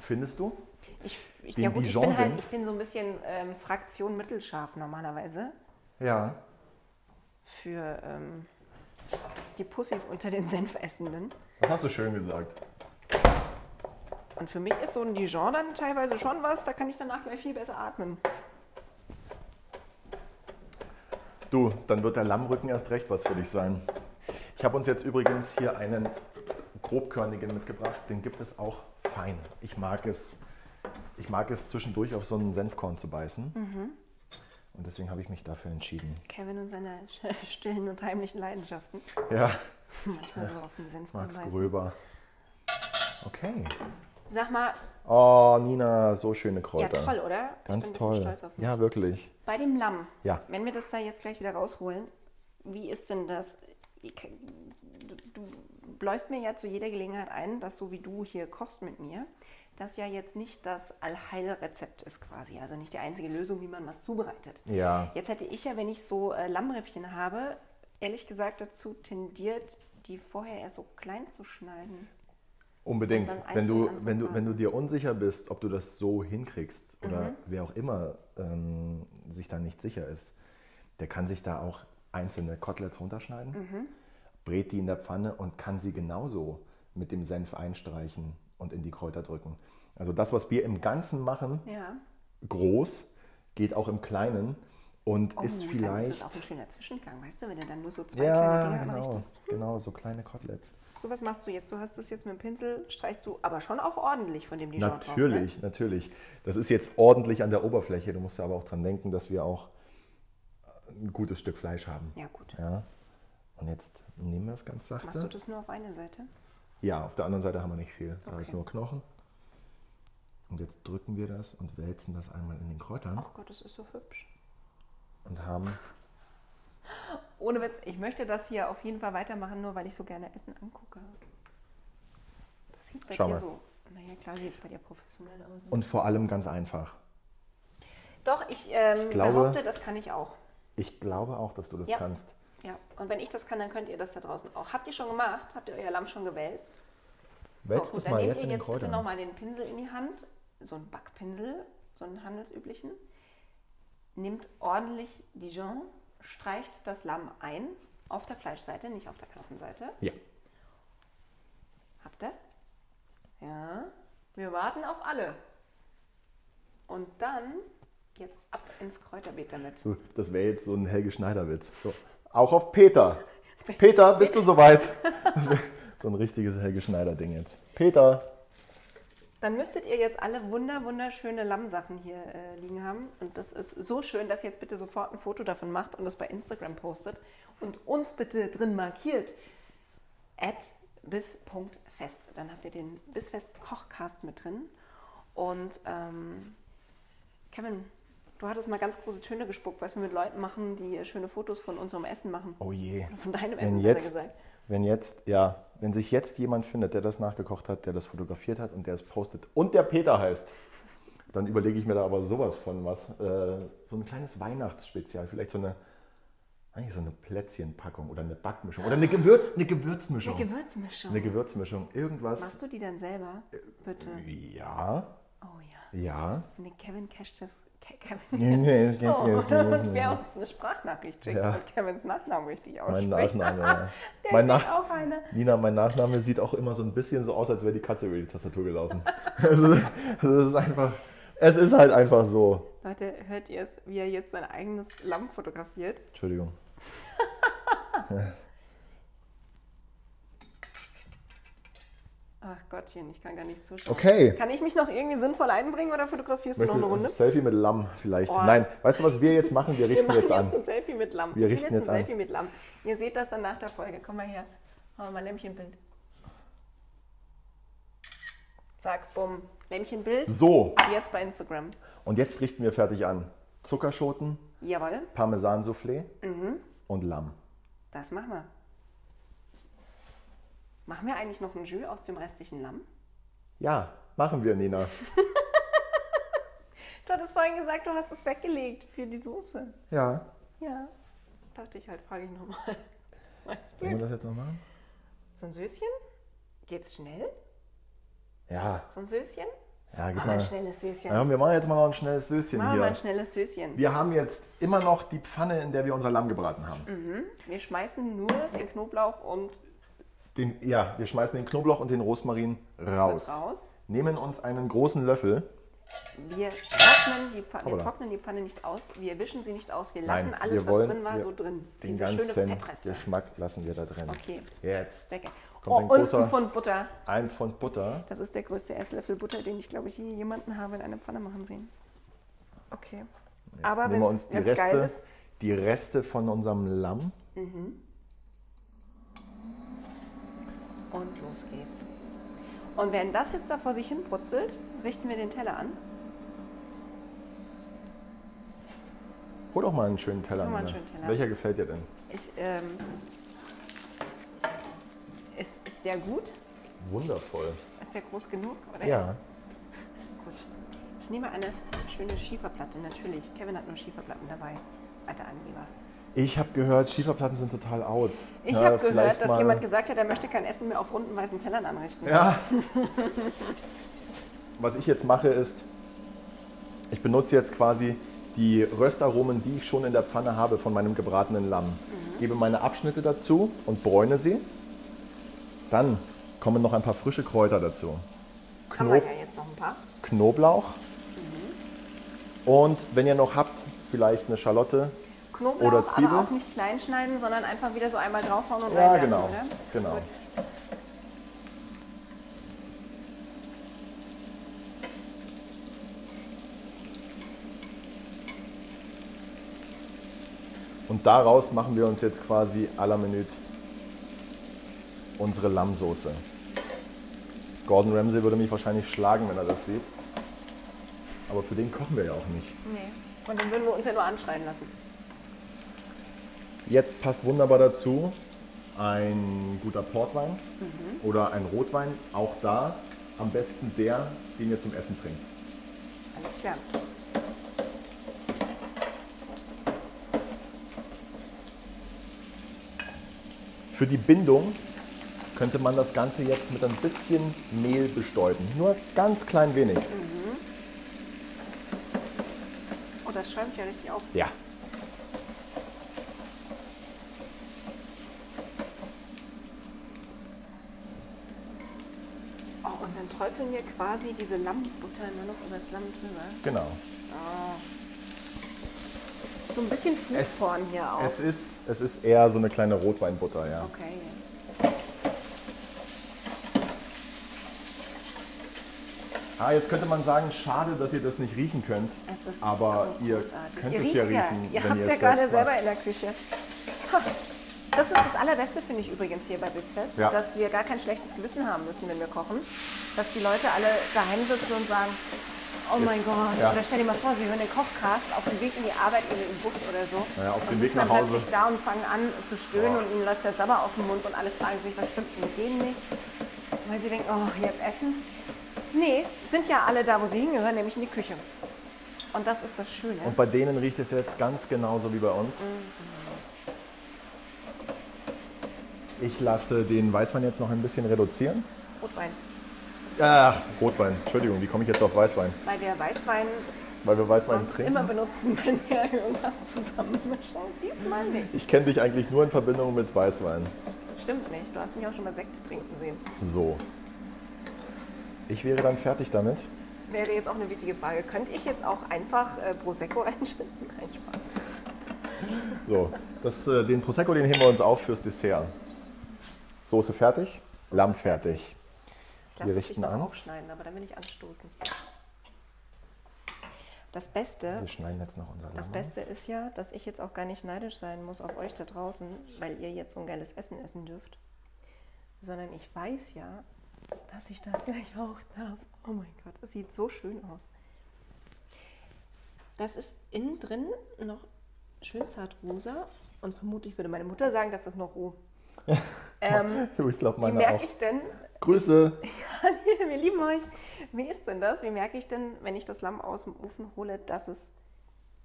S3: Findest du?
S2: Ich, ich,
S3: Den
S2: ja gut, ich bin halt,
S3: Dijon-Senf?
S2: ich bin so ein bisschen ähm, Fraktion mittelscharf normalerweise
S3: Ja.
S2: für ähm, die Pussys unter den Senfessenden.
S3: Das hast du schön gesagt.
S2: Und für mich ist so ein Dijon dann teilweise schon was, da kann ich danach gleich viel besser atmen.
S3: Du, dann wird der Lammrücken erst recht was für dich sein. Ich habe uns jetzt übrigens hier einen grobkörnigen mitgebracht. Den gibt es auch fein. Ich mag es, ich mag es zwischendurch auf so einen Senfkorn zu beißen.
S2: Mhm.
S3: Und deswegen habe ich mich dafür entschieden.
S2: Kevin und seine sch- stillen und heimlichen Leidenschaften.
S3: Ja,
S2: Manchmal so auf den Senf
S3: Max
S2: beißen.
S3: Gröber. Okay.
S2: Sag mal,
S3: Oh, Nina, so schöne
S2: ja
S3: Kräuter.
S2: toll, oder? ich
S3: Ganz
S2: bin ein bisschen
S3: toll.
S2: Stolz auf mich.
S3: Ja, wirklich.
S2: Bei dem Lamm,
S3: Ja.
S2: wenn wir das da jetzt gleich wieder rausholen, wie ist denn das? Wie k- Du, du bläust mir ja zu jeder Gelegenheit ein, dass so wie du hier kochst mit mir, das ja jetzt nicht das Allheilrezept ist quasi, also nicht die einzige Lösung, wie man was zubereitet.
S3: Ja.
S2: Jetzt hätte ich ja, wenn ich so äh, Lammrippchen habe, ehrlich gesagt dazu tendiert, die vorher erst so klein zu schneiden.
S3: Unbedingt.
S2: Und dann
S3: Wenn du,
S2: einzeln
S3: wenn, du,
S2: anzubraten.
S3: wenn du dir unsicher bist, ob du das so hinkriegst oder
S2: Mhm.
S3: wer auch immer ähm,
S2: Mhm.
S3: sich da nicht sicher ist, der kann sich da auch einzelne Koteletts runterschneiden brät die in der Pfanne und kann sie genauso mit dem Senf einstreichen und in die Kräuter drücken. Also das, was wir im Ganzen machen,
S2: Ja.
S3: groß, geht auch im Kleinen und
S2: Oh,
S3: ist
S2: Dann
S3: vielleicht
S2: ist es auch ein schöner Zwischengang, weißt du, wenn du dann nur so zwei kleine
S3: ja
S2: Dinge
S3: genau,
S2: anrichtest.
S3: genau so kleine Koteletts.
S2: So was machst du jetzt. Du hast es jetzt mit dem Pinsel, streichst du aber schon auch ordentlich von dem Dijon ne?
S3: Natürlich, natürlich. Das ist jetzt ordentlich an der Oberfläche. Du musst ja aber auch dran denken, dass wir auch ein gutes Stück Fleisch haben.
S2: drauf. Ne? Ja, gut.
S3: Ja. Und jetzt nehmen wir es ganz
S2: Machst du
S3: sachte.
S2: das nur auf eine Seite?
S3: Ja, auf der anderen Seite haben wir nicht viel. Da ist
S2: Okay.
S3: nur Knochen. Und jetzt drücken wir das und wälzen das einmal in den Kräutern
S2: Ach Gott, das ist so hübsch.
S3: und haben.
S2: Ohne Witz, ich möchte das hier auf jeden Fall weitermachen, nur weil ich so gerne Essen angucke. Das sieht bei
S3: Schau
S2: dir
S3: mal.
S2: so. Naja, klar sieht es bei dir professionell aus. ne?
S3: Und vor allem ganz einfach.
S2: Doch, ich ähm,
S3: glaube-
S2: behaupte, das kann ich auch.
S3: Ich glaube auch, dass du das
S2: Ja.
S3: kannst.
S2: Ja, und wenn ich das kann, dann könnt ihr das da draußen auch. Habt ihr schon gemacht? Habt ihr euer Lamm schon gewälzt?
S3: Wälz
S2: so, gut,
S3: das
S2: dann
S3: mal
S2: nehmt
S3: jetzt
S2: ihr
S3: in den
S2: jetzt bitte
S3: Kräutern.
S2: nochmal den Pinsel in die Hand, so einen Backpinsel, so einen handelsüblichen. Nehmt ordentlich Dijon, streicht das Lamm ein, auf der Fleischseite, nicht auf der Knochenseite.
S3: Ja.
S2: Habt ihr? Ja. Wir warten auf alle. Und dann jetzt ab ins Kräuterbeet damit.
S3: So, Das wäre jetzt so ein Helge Schneider-Witz. So. Auch auf Peter. Peter, bist du soweit? Das wär so ein richtiges Helge Schneider-Ding jetzt. Peter,
S2: Dann müsstet ihr jetzt alle wunder, wunderschöne Lammsachen hier äh, liegen haben. Und das ist so schön, dass ihr jetzt bitte sofort ein Foto davon macht und das bei Instagram postet und uns bitte drin markiert. At bis.fest. Dann habt ihr den Bisfest-Kochcast mit drin. Und ähm, Kevin, du hattest mal ganz große Töne gespuckt, was wir mit Leuten machen, die schöne Fotos von unserem Essen machen.
S3: oh je.
S2: Von deinem
S3: Wenn
S2: Essen,
S3: jetzt,
S2: besser gesagt.
S3: wenn jetzt, ja, wenn sich jetzt jemand findet, der das nachgekocht hat, der das fotografiert hat und der es postet und der Peter heißt, dann überlege ich mir da aber sowas von was. Äh, so ein kleines Weihnachtsspezial, vielleicht so eine, eigentlich so eine Plätzchenpackung oder eine Backmischung oder eine, Gewürz, eine Gewürzmischung.
S2: Eine Gewürzmischung.
S3: Eine Äh, Gewürzmischung, irgendwas.
S2: Machst du die dann selber? Bitte.
S3: Ja,
S2: Oh ja.
S3: ja.
S2: Nee, Kevin casht das. Ke Kevin.
S3: Nee, nee, jetzt,
S2: so,
S3: jetzt, jetzt, jetzt,
S2: und wer
S3: jetzt.
S2: uns eine Sprachnachricht schickt
S3: Ja.
S2: und Kevins Nachnamen richtig
S3: Mein
S2: ausspricht.
S3: Nachname. ja.
S2: Der kriegt
S3: mein Nach
S2: auch eine.
S3: Nina, mein Nachname sieht auch immer so ein bisschen so aus, als wäre die Katze über die Tastatur gelaufen. es, ist, es ist einfach, es ist halt einfach so.
S2: Leute, hört ihr es, wie er jetzt sein eigenes Lamm fotografiert?
S3: Entschuldigung.
S2: Ach Gottchen, ich kann gar nicht zuschauen.
S3: Okay.
S2: Kann ich mich noch irgendwie sinnvoll einbringen oder fotografierst du noch eine
S3: Möchte-
S2: Runde?
S3: Selfie mit Lamm vielleicht.
S2: Oh.
S3: Nein, weißt du, was wir jetzt machen? Wir
S2: Wir
S3: richten
S2: machen
S3: jetzt
S2: jetzt
S3: an.
S2: ein Selfie mit Lamm.
S3: Wir
S2: Ich will
S3: richten jetzt
S2: ein
S3: an.
S2: Selfie mit Lamm. Ihr seht das dann nach der Folge. Komm mal her. Machen wir mal Lämmchenbild. Zack, bumm. Lämmchenbild.
S3: So,
S2: Ab jetzt bei Instagram.
S3: und jetzt richten wir fertig an. Zuckerschoten,
S2: Jawohl.
S3: Parmesan-Soufflé
S2: Mhm.
S3: und Lamm.
S2: Das machen wir. Machen wir eigentlich noch ein Jus aus dem restlichen Lamm?
S3: Ja, machen wir, Nina.
S2: Du hattest vorhin gesagt, du hast es weggelegt für die Soße.
S3: Ja.
S2: Ja. Dachte ich halt, frage ich nochmal.
S3: Sollen wir das jetzt noch machen?
S2: So ein Söschen? Geht's schnell?
S3: Ja.
S2: So ein Söschen?
S3: Ja, gib
S2: Mach mal
S3: mal.
S2: ein schnelles Söschen.
S3: Ja, wir machen jetzt mal noch ein schnelles Söschen
S2: Mach
S3: hier.
S2: mal ein schnelles Söschen.
S3: Wir haben jetzt immer noch die Pfanne, in der wir unser Lamm gebraten haben.
S2: Mhm. Wir schmeißen nur den Knoblauch und
S3: Den, ja, wir schmeißen den Knoblauch und den Rosmarin raus.
S2: raus.
S3: Nehmen uns einen großen Löffel.
S2: Wir trocknen die Pfanne, wir
S3: Hoppala.
S2: trocknen die Pfanne nicht aus, wir wischen sie nicht aus, wir
S3: Nein,
S2: lassen alles,
S3: wir wollen
S2: was drin war,
S3: wir-
S2: so drin.
S3: Den
S2: Diese schöne
S3: ganzen
S2: Fettreste.
S3: Geschmack lassen wir da drin.
S2: Okay.
S3: Jetzt
S2: Sehr gerne.
S3: kommt
S2: Oh,
S3: ein
S2: und ein
S3: großer,
S2: Pfund Butter.
S3: ein Pfund Butter.
S2: Das ist der größte Esslöffel Butter, den ich, glaube ich, je jemanden habe in einer Pfanne machen sehen. Okay.
S3: Jetzt
S2: Aber wenn
S3: nehmen wir
S2: es
S3: uns die
S2: ganz geil
S3: Reste,
S2: ist,
S3: die Reste von unserem Lamm.
S2: und los geht's. Und während das jetzt da vor sich hin brutzelt, richten wir den Teller an.
S3: Hol doch mal einen schönen Teller.
S2: Hol mal einen
S3: Nina.
S2: schönen Teller.
S3: Welcher gefällt dir denn?
S2: Ich, ähm, ist, ist der gut?
S3: Wundervoll.
S2: Ist der groß genug? Oder?
S3: Ja.
S2: Gut. Ich nehme eine schöne Schieferplatte, natürlich. Kevin hat nur Schieferplatten dabei. Alter Angeber.
S3: Ich habe gehört, Schieferplatten sind total out.
S2: Ich
S3: Ja,
S2: habe
S3: vielleicht
S2: gehört, dass
S3: mal-
S2: jemand gesagt hat, er möchte kein Essen mehr auf runden weißen Tellern anrichten.
S3: Ja. Was ich jetzt mache ist, ich benutze jetzt quasi die Röstaromen, die ich schon in der Pfanne habe von meinem gebratenen Lamm. Gebe meine Abschnitte dazu und bräune sie. Dann kommen noch ein paar frische Kräuter dazu.
S2: Haben wir ja jetzt noch ein paar.
S3: Knoblauch. Und wenn ihr noch habt, vielleicht eine Schalotte.
S2: Knoblauch,
S3: Oder Zwiebel.
S2: aber auch nicht klein schneiden, sondern einfach wieder so einmal draufhauen und
S3: Ja,
S2: reinwerfen,
S3: genau.
S2: ne?
S3: genau. Und daraus machen wir uns jetzt quasi à la minute unsere Lammsoße. Gordon Ramsay würde mich wahrscheinlich schlagen, wenn er das sieht. Aber für den kochen wir ja auch nicht.
S2: Nee. Und dann würden wir uns ja nur anschreien lassen.
S3: Jetzt passt wunderbar dazu ein guter Portwein oder ein Rotwein. Auch da am besten der, den ihr zum Essen trinkt.
S2: Alles klar.
S3: Für die Bindung könnte man das Ganze jetzt mit ein bisschen Mehl bestäuben. Nur ganz klein wenig.
S2: Oh, das schäumt ja richtig auf.
S3: Ja.
S2: Oh, und dann träufeln wir quasi diese Lammbutter nur noch über das Lamm drüber.
S3: Genau.
S2: So ein bisschen Foodporn hier auch.
S3: es, ist, es ist eher so eine kleine Rotweinbutter, ja.
S2: Okay.
S3: Ah, jetzt könnte man sagen, schade, dass ihr das nicht riechen könnt.
S2: Es ist
S3: aber
S2: so
S3: ihr
S2: großartig.
S3: könnt
S2: ihr
S3: es ja
S2: riecht's
S3: riechen,
S2: Ihr
S3: wenn
S2: habt es
S3: ihr es
S2: ja
S3: selbst
S2: gerade
S3: macht.
S2: selber in der Küche. Ha. Das ist das Allerbeste, finde ich übrigens hier bei Bissfest,
S3: Ja.
S2: dass wir gar kein schlechtes Gewissen haben müssen, wenn wir kochen. Dass die Leute alle daheim sitzen und sagen, oh mein
S3: Jetzt-
S2: Gott,
S3: ja.
S2: oder stell dir mal vor, sie hören den Kochcast auf dem Weg in die Arbeit, irgendwie im Bus oder so.
S3: Ja, auf
S2: und
S3: dem Weg
S2: sitzen
S3: nach
S2: dann
S3: Hause.
S2: plötzlich da und fangen an zu stöhnen
S3: Boah.
S2: und ihnen läuft der Sabber aus dem Mund und alle fragen sich, was stimmt denn mit denen nicht? Weil sie denken, oh, jetzt essen. Nee, sind ja alle da, wo sie hingehören, nämlich in die Küche. Und das ist das Schöne.
S3: Und bei denen riecht es jetzt ganz genauso wie bei uns.
S2: Mhm, genau.
S3: Ich lasse den Weißwein jetzt noch ein bisschen reduzieren.
S2: Rotwein.
S3: Ach, Rotwein. Entschuldigung, wie komme ich jetzt auf Weißwein?
S2: Weil wir Weißwein
S3: Weil wir Weißwein
S2: sonst
S3: trinken.
S2: immer benutzen, wenn wir irgendwas zusammenmischen. Diesmal nicht.
S3: Ich kenne dich eigentlich nur in Verbindung mit Weißwein.
S2: Stimmt nicht. Du hast mich auch schon mal Sekt trinken sehen.
S3: So. Ich wäre dann fertig damit.
S2: Wäre jetzt auch eine wichtige Frage. Könnte ich jetzt auch einfach äh, Prosecco reinschütten? Nein, Spaß.
S3: So, das, äh, den Prosecco, den heben wir uns auf fürs Dessert. Soße fertig, Lamm fertig.
S2: Ich lasse
S3: Wir
S2: es dich
S3: richten
S2: noch
S3: an.
S2: aufschneiden, aber dann will ich anstoßen. Das Beste
S3: Wir schneiden jetzt noch unser Lamm.
S2: Das
S3: an.
S2: Beste ist ja, dass ich jetzt auch gar nicht neidisch sein muss auf euch da draußen, weil ihr jetzt so ein geiles Essen essen dürft, sondern ich weiß ja, dass ich das gleich auch darf. Oh mein Gott, es sieht so schön aus. Das ist innen drin noch schön zart rosa und vermutlich würde meine Mutter sagen, das ist noch roh. ähm,
S3: Ich glaube,
S2: wie
S3: meine auch.
S2: merke ich denn,
S3: Grüße.
S2: Daniel, wir lieben euch, wie ist denn das? Wie merke ich denn, wenn ich das Lamm aus dem Ofen hole, dass es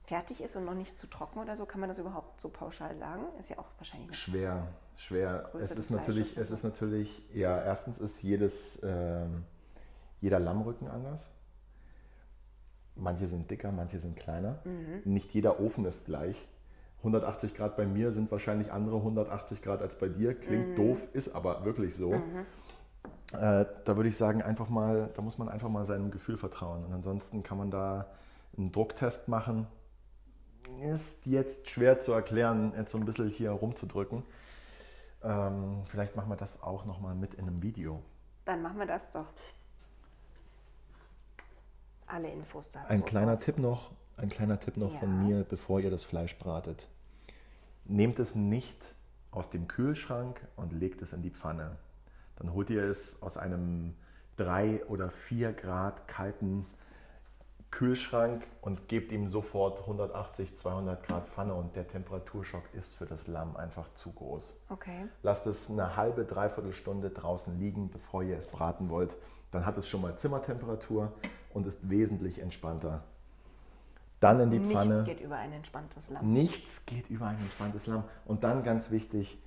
S2: fertig ist und noch nicht zu trocken oder so, kann man das überhaupt so pauschal sagen? Ist ja auch wahrscheinlich nicht.
S3: Schwer, schwer.
S2: Größe
S3: Es
S2: des
S3: ist natürlich,
S2: Fleisches
S3: es
S2: und
S3: ist natürlich, ja, erstens ist jedes, ähm, jeder Lammrücken anders. Manche sind dicker, manche sind kleiner. Nicht jeder Ofen ist gleich. 180 Grad bei mir sind wahrscheinlich andere 180 Grad als bei dir. Klingt doof, ist aber wirklich so. Äh, da würde ich sagen, einfach mal, da muss man einfach mal seinem Gefühl vertrauen. Und ansonsten kann man da einen Drucktest machen. Ist jetzt schwer zu erklären, jetzt so ein bisschen hier rumzudrücken. Ähm, vielleicht machen wir das auch nochmal mit in einem Video.
S2: Dann machen wir das doch. Alle Infos dazu.
S3: Ein kleiner Tipp noch, ein kleiner Tipp noch von
S2: Ja.
S3: mir, bevor ihr das Fleisch bratet. Nehmt es nicht aus dem Kühlschrank und legt es in die Pfanne. Dann holt ihr es aus einem 3 oder 4 Grad kalten Kühlschrank und gebt ihm sofort 180, 200 Grad Pfanne und der Temperaturschock ist für das Lamm einfach zu groß.
S2: Okay.
S3: Lasst es eine halbe, dreiviertel Stunde draußen liegen, bevor ihr es braten wollt. Dann hat es schon mal Zimmertemperatur und ist wesentlich entspannter. Dann in die
S2: Nichts
S3: Pfanne.
S2: geht über ein entspanntes Lamm.
S3: Nichts geht über ein entspanntes Lamm. Und dann ganz wichtig,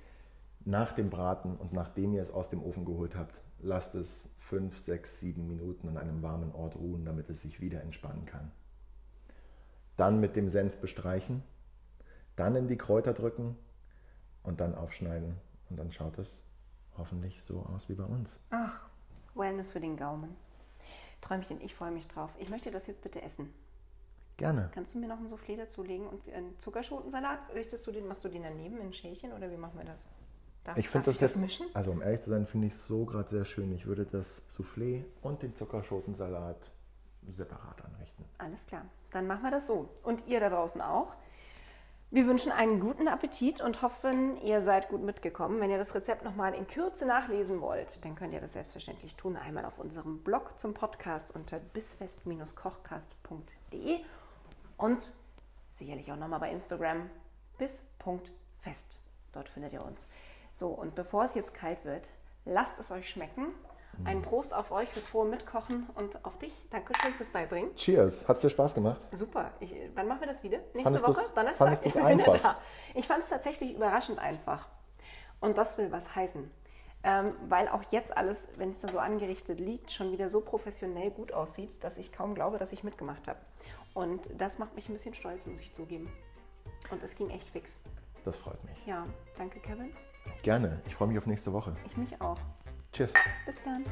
S3: nach dem Braten und nachdem ihr es aus dem Ofen geholt habt, lasst es fünf, sechs, sieben Minuten an einem warmen Ort ruhen, damit es sich wieder entspannen kann. dann mit dem Senf bestreichen, dann in die Kräuter drücken und dann aufschneiden. Und dann schaut es hoffentlich so aus wie bei uns.
S2: Ach, Wellness für den Gaumen. Träumchen, ich freue mich drauf. Ich möchte das jetzt bitte essen.
S3: Gerne.
S2: Kannst du mir noch ein Soufflé dazulegen und einen Zuckerschotensalat? Richtest du den, machst du den daneben in ein Schälchen oder wie machen wir das? Darf
S3: Ich finde
S2: darf
S3: das jetzt,
S2: mischen?
S3: also um ehrlich zu sein, finde ich es so gerade sehr schön. Ich würde das Soufflé und den Zuckerschotensalat separat anrichten.
S2: Alles klar, dann machen wir das so. Und ihr da draußen auch. Wir wünschen einen guten Appetit und hoffen, ihr seid gut mitgekommen. Wenn ihr das Rezept nochmal in Kürze nachlesen wollt, dann könnt ihr das selbstverständlich tun. Einmal auf unserem Blog zum Podcast unter bisfest-kochcast.de und sicherlich auch nochmal bei Instagram bis.fest. Dort findet ihr uns. So, und bevor es jetzt kalt wird, lasst es euch schmecken. Ein Prost auf euch fürs frohe Mitkochen und auf dich. Dankeschön fürs Beibringen.
S3: Cheers! Hat's dir Spaß gemacht?
S2: Super. Ich, äh, wann machen wir das wieder? Nächste
S3: Fandest
S2: Woche?
S3: du's-
S2: Donnerstag?
S3: fandest
S2: ich
S3: du's
S2: bin wieder
S3: einfach?
S2: da. Ich fand es tatsächlich überraschend einfach. Und das will was heißen. Ähm, weil auch jetzt alles, wenn es da so angerichtet liegt, schon wieder so professionell gut aussieht, dass ich kaum glaube, dass ich mitgemacht habe. Und das macht mich ein bisschen stolz, muss ich zugeben. Und es ging echt fix.
S3: Das freut mich.
S2: Ja, danke Kevin.
S3: Gerne. Ich freue mich auf nächste Woche.
S2: Ich mich auch.
S3: Cheers!
S2: Bis dann.